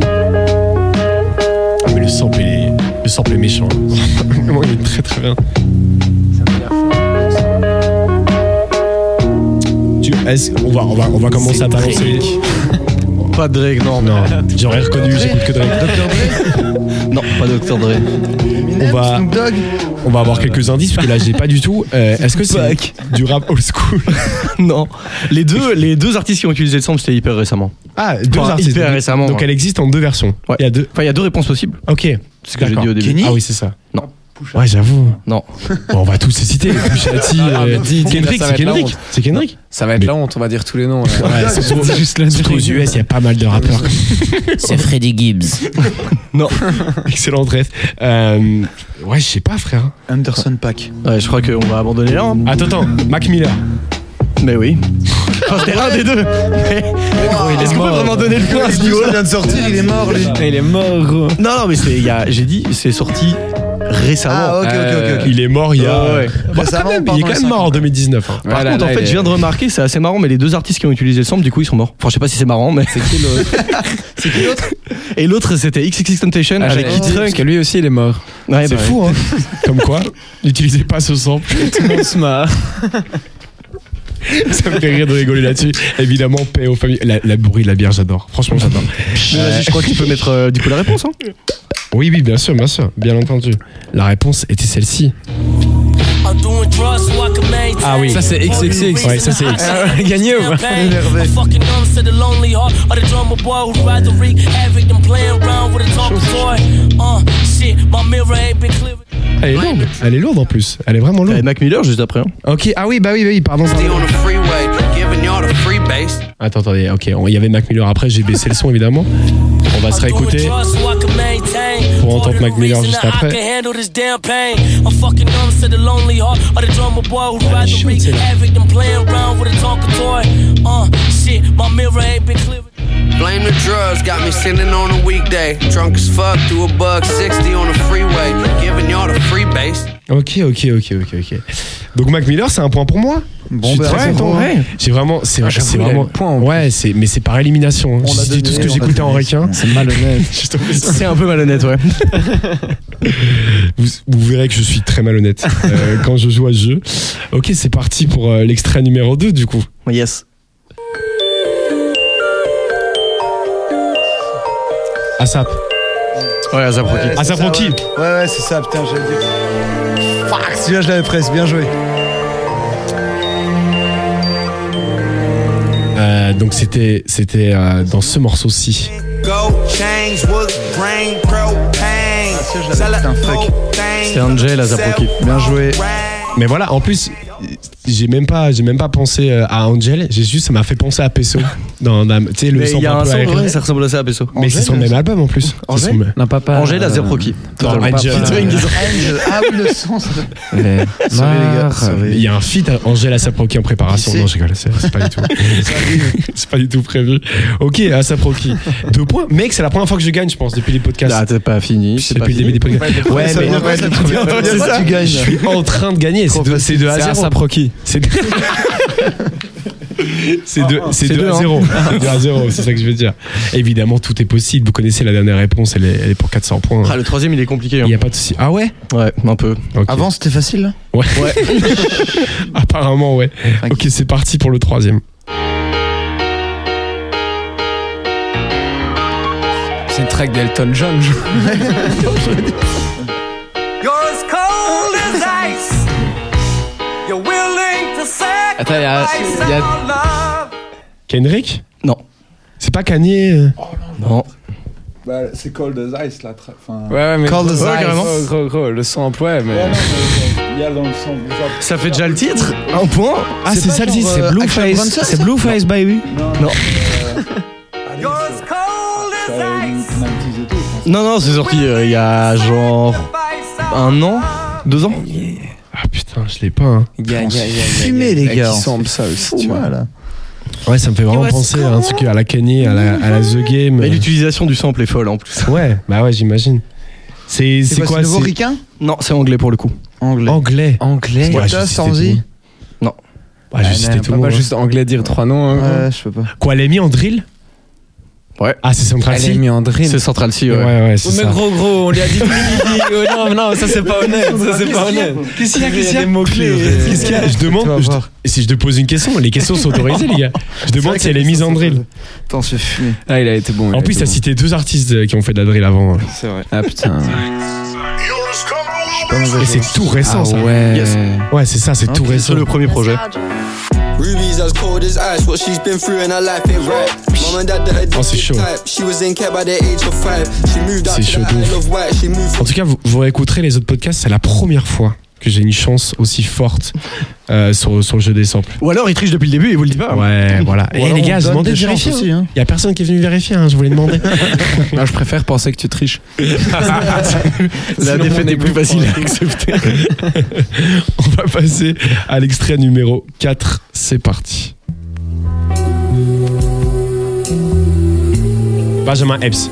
Ah, mais le sample est, le sample est méchant. Vraiment, il est très très bien. Tu, est-ce- on, va, on, va, on va commencer à balancer.
Pas Drake, non.
Non, j'aurais reconnu, j'écoute que Drake.
Non, pas Dr. Dre.
On va-
Snoop Dogg
On va avoir quelques indices, parce que là, j'ai pas du tout. Euh, est-ce que c'est du rap old school
non. Les deux, les deux artistes qui ont utilisé le sample, c'était hyper récemment.
Ah, deux
Enfin,
artistes.
hyper récemment.
Donc
hein.
elle existe en deux versions.
Ouais.
Il y a deux.
Enfin, il y a deux réponses possibles.
Ok.
C'est ce que j'ai
D'accord.
dit au début.
Kenny
Ah oui, c'est ça.
Non.
Ouais, j'avoue.
Non.
Bon, on va tous les citer. Pushati,
Ah, mais
euh,
dis- dis-
Kendrick,
ça
c'est
va être la
Kendrick.
honte.
C'est Kendrick.
Ça va être
Mais-
la honte, on va dire tous les noms. hein.
Ouais, surtout,
juste le
surtout aux US, il y a pas mal de rappeurs.
C'est Freddy Gibbs.
Excellent ref. Euh, ouais, je sais pas, frère.
Anderson Pack.
Ouais, je crois qu'on va abandonner là. hein.
Attends, attends. Mac Miller.
Mais oui. Enfin, c'était l'un des deux. Mais- Est-ce qu'on peut vraiment donner le point à ce niveau-là
vient de sortir, il est mort lui.
Il est mort, gros.
Non, non, mais c'est, il y a- j'ai dit, c'est sorti récemment. Euh,
Ah, ok, ok, ok, ok.
Il est mort il y a.
Ah ouais.
Bah, quand
Récemment,
même,
pardon,
il est quand
les
même mort en 2019. hein.
Par contre, en fait, je viens de remarquer, c'est assez marrant, mais les deux artistes qui ont utilisé le sample, du coup, ils sont morts. Enfin, je sais pas si c'est marrant, mais. C'est qui l'autre C'est qui l'autre Et l'autre, c'était
Ah,
Ah,
XXXTentacion avec Kid
Parce
Trunk.
que lui aussi, il est mort.
Ouais,
C'est
bah,
fou, hein. Comme quoi, n'utilisez pas ce sample.
Tout le monde se marre.
Ça me fait rire de rigoler là-dessus. Évidemment, paix aux familles. La, la bourrée, la bière, j'adore. Franchement, j'adore.
Mais vas-y, je crois que tu peux mettre euh, du coup la réponse. Hein.
Oui, oui, bien sûr, bien sûr, bien entendu. La réponse était celle-ci.
Ah oui, ça c'est XXX.
Ouais, ça, c'est X.
Gagné ou pas
Énervé.
Elle est lourde, elle est lourde en plus. Elle est vraiment
T'avais
lourde.
Mac Miller juste après. hein.
Ok, ah oui, bah oui, bah oui, pardon. pardon. Attends, attendez, ok, on- il y avait Mac Miller après, j'ai baissé le son évidemment. On va se réécouter pour pourra entendre Mac Miller juste
I can
après.
handle this damn pain. I'm fucking numb to the lonely heart of the drummer boy who'd rather
shit,
wreak
c'est là.
havoc than playing around with a talking toy. Uh, shit, my mirror ain't been clear.
Blame the drugs, got me sitting on a weekday. Drunk as fuck, through a bug 60 on the freeway. Giving y'all the free base.
Ok, ok, ok, ok, ok. Donc Mac Miller, c'est un point pour moi.
Bon,
je suis
bah,
très
ouais,
content.
ouais.
J'ai vraiment, c'est
Ah, j'avoue,
c'est
il a
vraiment.
le
ouais, c'est, mais c'est par élimination. hein.
On l'a
J'ai dit
donné,
tout ce
on
que
l'a
j'écoutais en
donné,
requin.
c'est
malhonnête.
Je te fais ça.
C'est un peu malhonnête, ouais.
vous, vous verrez que je suis très malhonnête euh, quand je joue à ce jeu. Ok, c'est parti pour euh, l'extrait numéro 2 du coup.
Yes.
ASAP.
Ouais, Azap Rocky.
Ah,
Ouais, c'est ça, ouais. Ouais, ouais, c'est ça, putain, j'avais dit. Fuck, celui-là, je l'avais presque, bien joué.
Euh, donc c'était, c'était euh, dans ce morceau-ci.
Go change wood grain propane.
Ah,
Sell a propane. Sell
Bien joué. Mais voilà, en plus, j'ai même pas, j'ai même pas pensé euh, à Angel. J'ai juste, ça m'a fait penser à Peso. Dans, dans- tu sais, le
Mais
son
il y a
un
un
peu
son,
aérien.
ouais, ça ressemble à ça, Pesso.
Mais c'est son même album en plus.
Angèle
C'est son même-
Non, euh, pas pas.
Angèle Azap Rocky.
Non,
Totalement.
Angel.
Featuring Azap-
Angel, ah oui, le son, ça.
Les
Sorry, les gars,
marres.
sorry. Il y a un feat à Angèle Assaproki en préparation.
Qui c'est
Non, je rigole, c'est c'est pas du tout. c'est pas du tout prévu. Ok, Assaproki. Deux points. Mec, c'est la première fois que je gagne, je pense, depuis les podcasts.
Ah, t'es pas fini. c'est pas
depuis le début
fini.
des podcasts.
Ouais,
Ouais,
ça
mais
devrait pas être la première fois
c'est
que
ça.
tu gagnes.
Je suis en train de gagner. C'est de, c'est de
C'est
à zéro.
Asap Rocky.
C'est de... C'est de, c'est
C'est
de
deux,
à
hein.
zéro. C'est de à zéro, c'est ça que je veux dire. Évidemment, tout est possible. Vous connaissez la dernière réponse, elle est, elle est pour 400 points.
Ah, le troisième, il est compliqué.
Il
hein.
n'y a pas de souci. Ah ouais
Ouais, un peu.
Ok.
Avant, c'était facile, hein là
Ouais. Apparemment, ouais. Ok, c'est parti pour le troisième.
C'est une track d'Elton John.
You're as cold as ice. You're willing to sacrifice
Attends, il y a- il y a-
our love.
Kendrick
Non.
C'est pas Kanye euh
Non.
Bah, c'est Cold as Ice, la tra- enfin,
Ouais, ouais, mais.
Cold as
Ouais,
ice.
carrément. Gros, gros, gros, le son emploi,
ouais,
mais.
non, mais, euh, Il y a dans le sang.
Ça fait déjà le titre Un point
Ah, c'est
pas
ça le
genre,
titre, c'est
euh, Action
Blueface.
Bronson,
C'est
ça
Blueface, baby.
Non.
You're as cold as ice.
Non, non, c'est sorti euh, il y a genre un an, deux ans.
Ah putain, je l'ai pas. hein.
Yeah, yeah, yeah, yeah, yeah.
Fumé, les
Mec,
gars.
Ils sont en sol,
Fou, hein.
tu vois.
moi, là.
Ouais, ça me fait vraiment
Ouais,
penser
c'est
à un truc à la Kanye, à la, à la The Game.
Mais l'utilisation du sample est folle en plus.
Ouais, bah ouais, j'imagine. C'est c'est
C'est quoi,
quoi
c'est nouveau
C'est
ricain
Non, c'est anglais pour le coup.
Anglais.
anglais.
Anglais.
Ouais,
Squatta,
j'ai cité
Stormzy.
tout le monde.
Non.
Ouais, j'ai cité tout le
pas
monde.
juste anglais dire trois noms. hein.
Ouais, je peux pas.
Quoi, elle est mis en drill
Ouais.
Ah, c'est Central
Elle est
C
mis en drill.
C'est Central C,
Ouais,
ouais.
ouais, c'est ça.
gros, gros, on lui a dit. non, non, ça c'est pas honnête. Ça c'est pas honnête.
Qu'est-ce qu'il y a
Il y a des
mots-clés. Qu'est-ce qu'il y a Je
Tu vas
demande. je-
voir.
Si je te pose une question, les questions sont autorisées, les gars. Je demande si elle est mise en drill.
Attends, je fumé.
Ah, il a été bon. il a
En plus,
été
t'as
bon.
cité deux artistes euh, qui ont fait de la drill avant.
C'est vrai.
Ah putain.
Et c'est tout récent,
Ah
ça.
ouais.
Yes.
Ouais, c'est ça, c'est tout
C'est
récent.
sur le premier projet.
Ruby's as cold as ice. What she's been through in her life ain't right. Mom and dad, the
Oh, c'est chaud.
type. She was in care by the age of five. She moved out
C'est
to
chaud
the
de ouf.
Isle of Wight. She moved
En tout cas, vous, vous réécouterez les autres podcasts. C'est la première fois que j'ai une chance aussi forte euh, sur, sur le jeu des samples.
Ou alors il triche depuis le début et vous le dit pas.
Ouais, voilà. Et les gars, je demandais de vérifier. Il
hein.
y a personne qui est venu vérifier, hein, je voulais demander.
Non, je préfère penser que tu triches.
La
Sinon,
défaite
on
est plus
est bon
facile
pour
à accepter.
On va passer à l'extrait numéro 4. C'est parti. Benjamin Epps.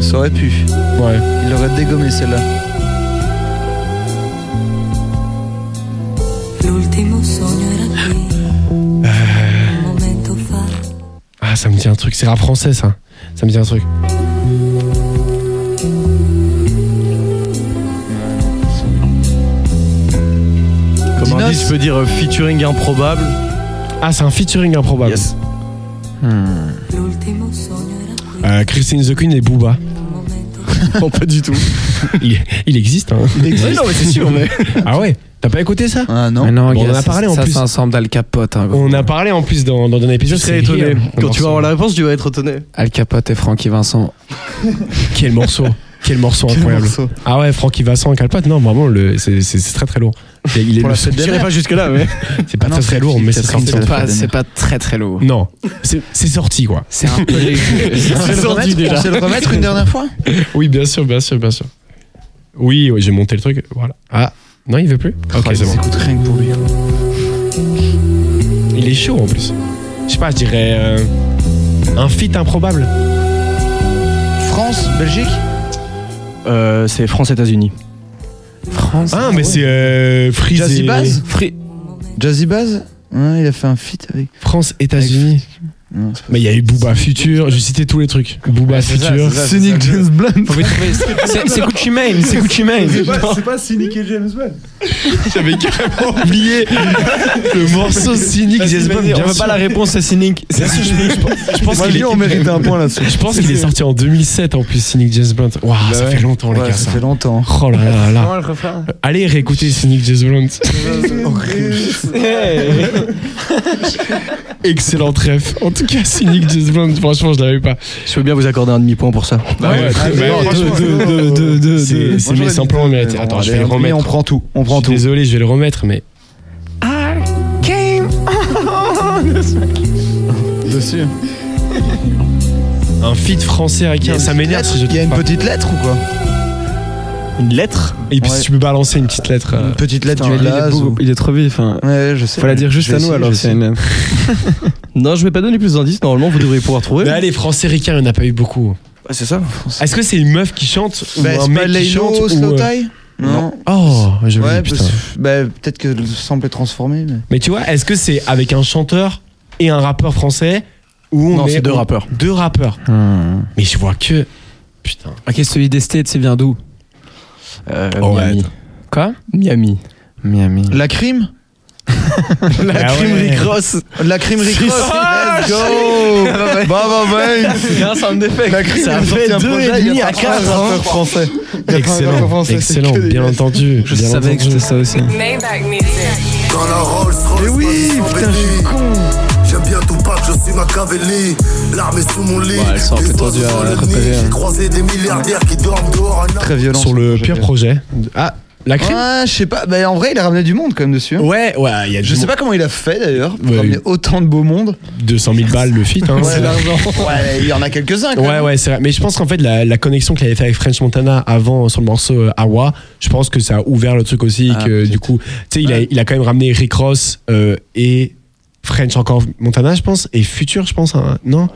Ça aurait pu.
Ouais.
Il aurait dégommé celle-là.
Ah, ça me dit un truc. C'est rap français, ça. Ça me dit un truc.
Comme
Dinos.
indice, je peux dire euh, featuring improbable.
Ah, c'est un featuring improbable.
Yes.
Euh, Christine The Queen et Booba.
Non, pas du tout.
Il, il existe, hein.
Ouais, non, mais c'est sûr, mais.
Ah ouais T'as pas écouté ça
Ah
Mais
non.
non,
Bon,
gars,
on en a
ça,
parlé, en
ça,
plus.
c'est ensemble d'Al Capote. hein, gros.
On a parlé en plus dans, dans un
Je
épisode.
serais
c'est
étonné.
Here, le
Quand tu
morceau.
vas avoir la réponse, tu vas être étonné.
Al Capote et Francky Vincent.
Quel morceau Quel morceau
Quel
incroyable.
morceau.
Ah ouais, Francky Vincent en calpate, non, vraiment, le- c'est c'est- c'est très très lourd. Et Il
Pour
le
la fête des
soutien-
mères.
pas jusque-là, mais. C'est pas
Ah non,
très très
c'est
lourd, mais
Philippe
c'est
Catherine,
sorti.
c'est pas- c'est
pas très très lourd.
Non, c'est c'est sorti quoi.
C'est un
peu léger. On sait le remettre- on sait le remettre une dernière fois
Oui, bien sûr, bien sûr, bien sûr. Oui, oui, j'ai monté le truc, voilà. Ah, non, il veut plus Ok, c'est bon.
rien que pour lui.
Il est chaud en plus. Je sais pas, je dirais. euh, un feat improbable.
France, Belgique
Euh, c'est France-États-Unis.
France.
Ah, mais c'est euh, Freeze
Jazzy
et-
Baz
Free.
Jazzy Baz Ouais, Il a fait un feat avec.
France, États-Unis.
Non,
Mais il y a eu Booba Future, j'ai cité tous les trucs. Booba
c'est ça,
Future.
c'est ça, c'est Sonic ça, je- James
Blunt.
Faut vite trouver- C'est c'est Gucci Mane, c'est Gucci Mane.
C'est pas, c'est pas Cynic et James Bond.
J'avais carrément oublié le morceau cynique James Bond.
On veut pas la réponse, c'est cynique.
Bien sûr, je, je- je pense
Moi,
qu'il
lui,
est-
on méritait un point là-dessus.
Je pense qu'il est sorti en 2007 en plus, Cynic James Blunt. Waouh,
Bah
ça
ouais.
fait longtemps les
Ouais,
gars.
ça
Ça
fait longtemps.
Oh là là là là.
Comment le refrain
Allez réécouter Cynic James Blunt.
Hey.
Excellent ref. En tout cas, Cynic James Blunt, franchement, je l'avais pas.
Je veux bien vous accorder un demi-point pour ça.
Bah ouais, très- bah ouais,
franchement,
deux, deux, deux, deux, deux,
c'est-
deux.
moi,
C'est
j'aurais
mes
dit
simplement
deux,
mérités.
mais
Attends,
bon,
je vais le
allez,
remettre.
on prend tout, on prend
Je suis
tout.
Désolé, je vais le remettre, mais.
Came on.
Dessus.
Un feat français avec un. Ça m'énerve si je
Il y a
trouve
une
pas.
petite lettre ou quoi
Une lettre
Et puis
Ouais.
si tu peux balancer une petite lettre. euh,
Une petite lettre
Putain,
du
il, est
Laz
beau,
ou-
il est trop vif. hein.
Ouais, je sais.
Faut la dire
Je
juste
vais
à nous
essayer,
alors.
je vais
c'est une-
Non, je vais pas donner plus d'indices. Normalement, vous devriez pouvoir trouver.
Mais allez, français Ricard, il n'y en a pas eu beaucoup.
Ah, c'est ça.
Est-ce que c'est une meuf qui chante ou
Bah,
un
c'est
mec
pas
qui chante
Laylo
ou,
Slow
euh,
Tie Non.
Oh, je
Ouais,
putain.
parce- bah, peut-être que le sample est transformé. mais-
Mais tu vois, est-ce que c'est avec un chanteur et un rappeur français ou on
Non,
est
c'est deux
on-
rappeurs.
Deux rappeurs.
Hmm.
Mais je vois que putain.
Ok, celui des States, c'est vient d'où
Euh,
Oh, ouais,
Miami.
attends.
Quoi
Miami.
Miami.
La crime
La
Ah
crime
ouais.
Rick Ross.
La crime Rick Ross. Let's go Bah bah bah
ça me défait.
La crime
Ça
elle est
fait
sortie un
deux
projet,
et
il y a
demi
pas
à
de
quatre,
rappeur
hein.
français. Il y a pas de rappeur
Excellent,
français, c'est
excellent,
que des
bien
gars.
entendu.
Je
bien
savais que
entendu.
c'était ça aussi.
Dans la Rolls Royce,
Mais oui,
pas de
putain, je suis
Lamborghini.
con.
J'aime bien tout pas, je suis Machiavelli. L'armée sous mon lit.
Ouais, elle sort
les
plus tendue
oiseaux
à
dans
euh,
le
repérer,
nid.
hein.
J'ai croisé des milliardaires qui dorment dehors. en
Très violent.
Sur
ce
le
projet.
pire projet. Ah, la crime.
Ouais, je sais pas. Bah, en vrai, il a ramené du monde quand même dessus. hein.
Ouais, ouais, il y a
Je
du
sais
monde.
pas comment il a fait d'ailleurs pour
Ouais.
ramener autant de beau monde.
200 000 balles le feat. Hein,
Ouais,
c'est-
l'argent. Ouais, il y en a quelques-uns. quand
Ouais,
même.
ouais, c'est vrai. Mais je pense qu'en fait, la, la connexion qu'il avait fait avec French Montana avant euh, sur le morceau euh, Awa, je pense que ça a ouvert le truc aussi. et
Ah,
que du coup, tu sais, il, a, il a quand même ramené Rick Ross euh, et French encore Montana, je pense, et Future, je pense. hein. non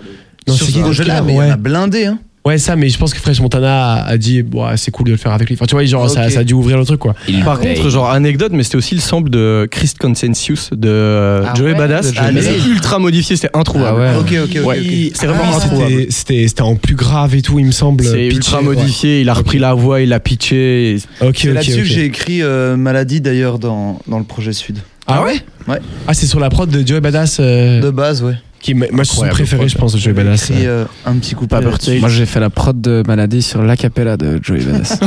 Non,
Sur
c'est qui
ce
d'autre qui
projet-là,
l'a-
mais il y en
ouais.
a blindé. Hein.
ouais, ça, mais je pense que French Montana a, a dit, Bah, c'est cool de le faire avec lui. Enfin, tu vois, genre, ça,
Ok.
ça a dû ouvrir le truc, quoi.
Par contre, genre anecdote, mais c'était aussi le sample de Chris Consensus de euh,
Ah
Joey
ouais,
Badass.
de Joey
mais
Badass.
c'est ultra modifié, c'était introuvable.
Ah ouais.
Ok, ok, ok.
Ouais,
ok.
c'est vraiment
Ah,
introuvable.
C'était- C'était c'était en plus grave et tout, il me semble.
C'est
pitché,
ultra
ouais.
modifié, il a repris la voix, il a pitché. et-
Ok, ok.
C'est là-dessus
ok.
que j'ai écrit euh, Maladie d'ailleurs dans, dans le projet Sud.
Ah ouais
Ouais.
Ah, c'est sur la prod de Joey Badass. euh,
De base, ouais.
Qui est ma- ma chanson
Incroyable
préférée,
prod.
je pense, de Joey
J'ai
Badass.
écrit euh, un petit coup
Pas Birthday.
Moi j'ai fait la prod de maladie sur l'acapella de Joey Badass.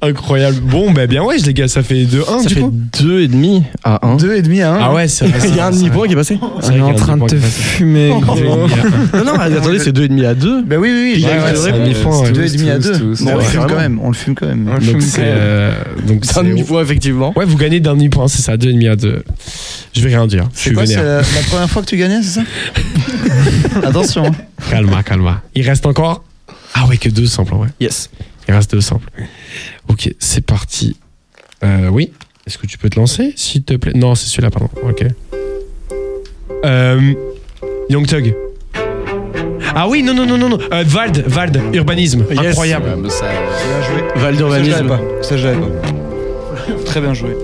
Incroyable. Bon, bah bien ouais, les gars, ça fait 2-1
Ça
du
fait
coup.
deux et demi à 1.
Deux et demi à un.
Ah ouais, c'est vrai,
Il y a un
c'est vrai,
demi-point qui est passé Non,
c'est
On
vrai
est
qu'il y a
en
un
train de te
demi-point qui
fumer. gros.
est passé.
non, attendez, c'est deux et demi à deux.
Bah oui, oui, oui.
Ouais,
j'ai
ouais,
écrit
c'est
le
un
rap.
demi-point, ouais.
Deux et demi à
Tous,
deux.
tous,
Bon, on
ouais.
le fume quand
Vraiment.
même. On le fume quand même.
Donc c'est euh, donc
C'est
c'est
un demi-point, effectivement.
Ouais, vous gagnez d'un demi-point, c'est ça, deux et demi à deux. Je vais rien dire. Je
C'est
suis
quoi, c'est
vénère.
la, la première fois que tu gagnais, c'est ça Attention. hein.
Calma, calma. Il reste encore Ah ouais, que deux simples, ouais.
Yes.
Il reste deux simples. OK, c'est parti. Euh, oui. Est-ce que tu peux te lancer s'il te plaît Non, c'est celui-là, pardon. OK. Euh Young Thug. Ah oui, non non non non non. Euh, Vald, Vald, urbanisme,
Yes.
incroyable.
Bien joué.
Val
Ça, je l'avais
d'urbanisme.
pas. Ça, je l'avais pas. Très bien joué.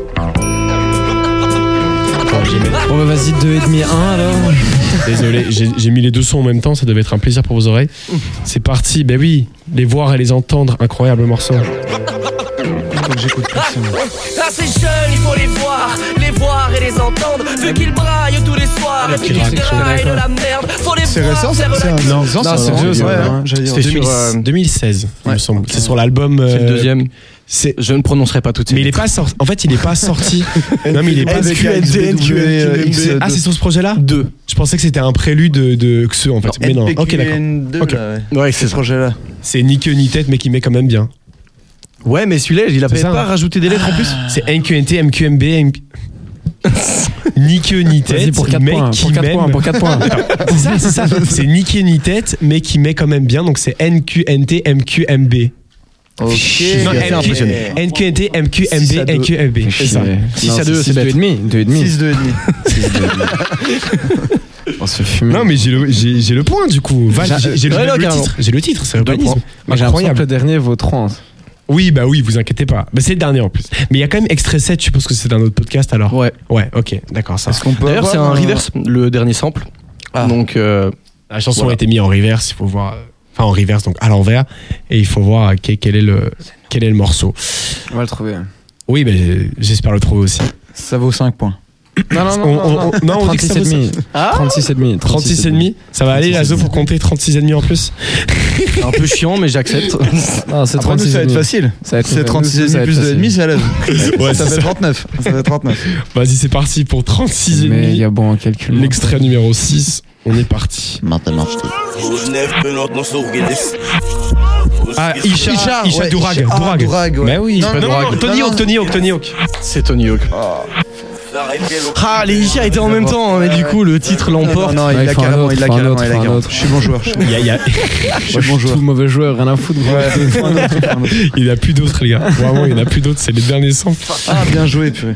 Ah,
Bon bah vas-y 2,5 1 alors.
Désolé, j'ai j'ai mis les deux sons en même temps, ça devait être un plaisir pour vos oreilles. C'est parti, ben oui, les voir et les entendre, incroyable morceau.
Faut que j'écoute plus. sinon.
Là c'est jeune, il faut les voir, les voir et et les entendre. Vu qu'ils braillent tous les soirs,
Ok,
et puis qu'ils
c'est que je
déraillent
connais,
de la
quoi.
merde. Faut les
C'est
voir
récent,
faire
c'est-
la-
c'est un- Non, non, c'est vieux,
vieux,
ouais,
ouais.
hein, j'allais dire
C'était
2000,
sur, euh, 2016, il me semble. C'est sur l'album. C'est le deuxième.
Je ne prononcerai pas tout de suite.
Euh, Mais il est pas sorti. En fait, il est pas sorti. non, mais il est pas
NQNT, NQNT.
Ah, c'est sur ce projet-là Deux. Je pensais que c'était un prélude de, de Xe, en fait. mais non. Ok,
NPQN2,
d'accord. Ok.
là, ouais. C'est ce projet-là.
C'est ni queue ni tête, mais qui met quand même bien.
Ouais, mais celui-là, il avait
hein.
pas rajouté des lettres en plus.
C'est NQNT, MQMB, M- Ni queue ni tête,
Vas-y, pour quatre
mais
points,
qui
pour quatre
m'aime.
points, pour quatre points.
c'est ça, c'est ça. C'est ni queue ni tête, mais qui met quand même bien. Donc c'est NQNT, MQMB.
Ok.
Non,
C'est impressionnant.
NQ- NQNT, MQMB, NQMB. C'est ça.
6 à 2, c'est 2,5. 2,5.
6 de demi.
On se fume.
Non, mais j'ai le, j'ai, j'ai le point du coup. Val,
J'a-
j'ai, j'ai le,
Ouais, non,
le
carrément.
titre. J'ai le titre, c'est
Deux
urbanisme.
points. Mais j'ai l'impression que
Incroyable.
le dernier vaut 30.
Oui, bah oui, vous inquiétez pas. Bah, c'est le dernier en plus. Mais il y a quand même extrait 7, je suppose que c'est d'un autre podcast alors.
Ouais.
Ouais, ok, d'accord, ça.
qu'on peut
D'ailleurs,
avoir
c'est un
un- Ah.
reverse, le dernier sample. Donc, euh,
La chanson
voilà.
a été mise en reverse, il faut voir. Enfin, en reverse, donc à l'envers. Et il faut voir quel, quel est, le, quel est le morceau.
On va le trouver.
Oui, bah, j'espère le trouver aussi.
Ça vaut 5 points.
Non, non, non.
On-
non, non.
on- non, on dit que ça Ah vaut
36,5. 36,5.
36,5 Ça va aller, Lazo, pour compter 36,5 en plus
un peu chiant, mais j'accepte.
Non, Ah, c'est
Après, nous,
36,5.
ça va être facile. C'est 36 et plus de demi, c'est à l'aise.
Ouais,
ça
c'est
fait
ça.
39. Ça fait 39.
Vas-y, c'est parti pour 36,5.
Mais il y a bon en calcul.
L'extrait numéro 6, on est parti.
Maintenant,
Ah, Isha, Isha,
Isha, ouais,
Durag.
Isha- ah,
Durag.
Durag, ouais.
Mais oui,
Non,
non,
non,
non,
Durag.
Tony
Non,
Hawk,
non.
Tony Hawk, Tony Hawk.
C'est Tony Hawk. Ah, les Isha étaient en même temps, hein, mais du coup, le titre l'emporte.
Non, non,
Ouais,
il
il
l'a
faut un
carrément,
autre,
il l'a
faut un
carrément,
autre,
il l'a
faut un
carrément.
autre.
Je suis bon joueur. je suis-
Il y a- il y a-
Je suis bon joueur.
Tout mauvais joueur, rien à foutre. gros.
il n'y en a plus d'autres, les gars. Vraiment, il n'y en a plus d'autres. C'est les derniers samples.
Ah, bien joué, purée.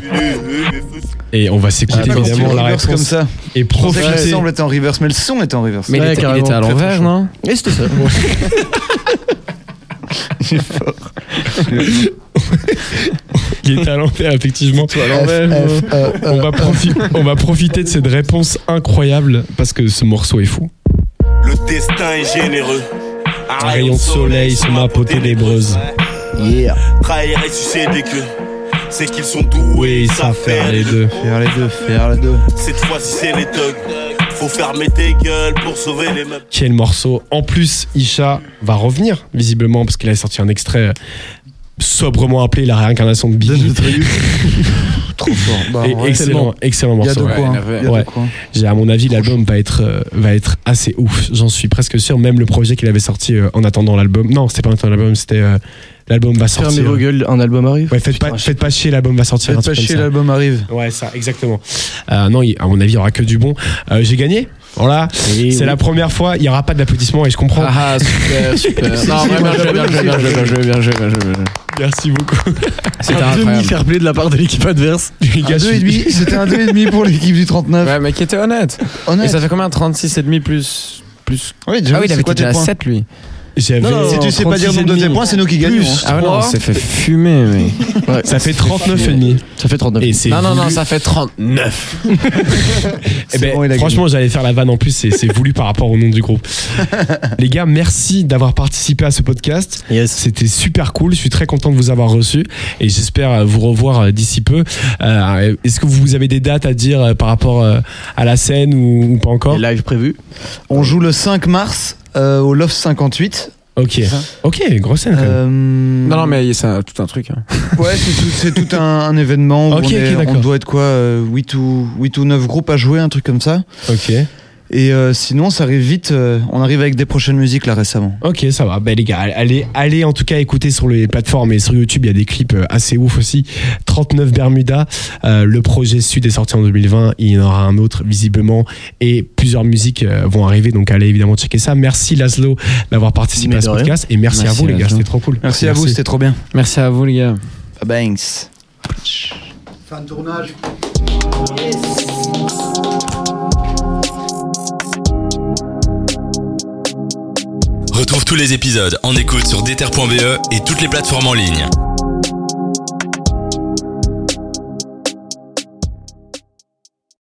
Et on va s'écouter
J'ai pas compris
évidemment
le
la
reverse
réponse.
comme ça.
Et
Je pensais que
profiter.
l'ensemble était en reverse, mais le son était en reverse.
Mais il
Ouais,
était- il
carrément,
était à
très, très
l'envers,
chaud.
non
Et c'était ça.
Il est à l'envers, effectivement.
euh,
euh, on, va profi- on va profiter de cette réponse incroyable parce que ce morceau est fou.
Le destin est généreux.
Un rayon de soleil sur ma peau ténébreuse.
Yeah.
Trahir et sucer des queues. C'est qu'ils sont doués,
Oui, ça
ça
faire
fait
les deux.
Faire les deux, faire les deux.
Cette fois-ci, c'est les thugs. Faut fermer tes gueules pour sauver les meubles.
Quel morceau. En plus, Isha va revenir, visiblement, parce qu'il a sorti un extrait euh, sobrement appelé La réincarnation de Biggie.
Trop fort. Bah,
Et
ouais,
excellent, excellent
Il y a
morceau.
deux
ouais.
coins. Il y a
Ouais.
deux coins.
J'ai- à mon avis l'album va être euh, va être assez ouf j'en suis presque sûr même le projet qu'il avait sorti euh, en attendant l'album non c'était pas en attendant l'album c'était euh, l'album va sortir
Fermez vos gueules, un album arrive.
ouais faites pas faites pas chier l'album va sortir un
Faites pas
truc
chier,
comme ça.
l'album arrive.
ouais ça exactement Euh, non il- à mon avis il y aura que du bon Euh, j'ai gagné voilà c'est la première fois il y aura pas d'applaudissements et je comprends
Ah, ah, super, super. Non,
si,
vraiment,
moi,
bien joué, bien joué, bien joué, bien joué, bien joué, bien joué, bien joué.
merci beaucoup
C'était
un demi
incroyable.
fair play de la part de l'équipe adverse.
les
Un
gars je
Ah, deux et
suis-
demi, C'était un 2,5 pour l'équipe du 39.
Ouais, mais qui était honnête. Et
Honnête.
ça fait combien 36,5 plus. plus...
Oui, déjà,
Ah oui, il
c'est
avait
quoi
été
tes
déjà à
points
7 lui.
j'avais-
Non, non,
Si tu sais pas dire le nombre de tes
36,5.
points, c'est nous qui gagnons. hein.
Ah ouais, non,
Trois.
on s'est fait fumer, mais.
ça fait 39 et demi
Ça fait 39.
et c'est
Non, non, non, ça fait 39.
Eh ben,
bon, il a
franchement, j'allais faire la vanne en plus, c'est c'est voulu par rapport au nom du groupe. Les gars, merci d'avoir participé à ce podcast.
Yes.
C'était super cool, je suis très content de vous avoir reçu et j'espère euh, vous revoir euh, d'ici peu. Euh, Est-ce que vous avez des dates à dire euh, par rapport euh, à la scène ou, ou pas encore
Et live prévu.
On joue le 5 mars euh, au Euh, Love 58.
Ok, ok, grosse scène. quand même.
Euh,
Non, non, mais c'est un- tout un truc. hein.
Ouais, c'est tout, c'est tout un, un événement où
Ok,
on, est-
ok, d'accord.
on doit être quoi euh, 8, ou, 8 ou 9 groupes à jouer, un truc comme ça.
Ok,
Et euh, sinon, ça arrive vite. euh, on arrive avec des prochaines musiques là récemment.
ok, ça va. Ben, les gars, allez, allez en tout cas écouter sur les plateformes et sur YouTube, il y a des clips euh, assez ouf aussi. 39 Bermuda, euh, le projet Sud est sorti en 2020, il y en aura un autre visiblement et plusieurs musiques euh, vont arriver, donc allez évidemment checker ça. Merci Laszlo d'avoir participé
Mais
à
de
ce
rien.
podcast et merci, à
Merci,
vous les gars,
Laszlo.
c'était trop cool.
Merci, à vous, c'était trop bien.
Merci à vous, les gars.
Banks.
Fin de tournage.
E Retrouve tous les épisodes en écoute sur DTR.be et toutes les plateformes en ligne.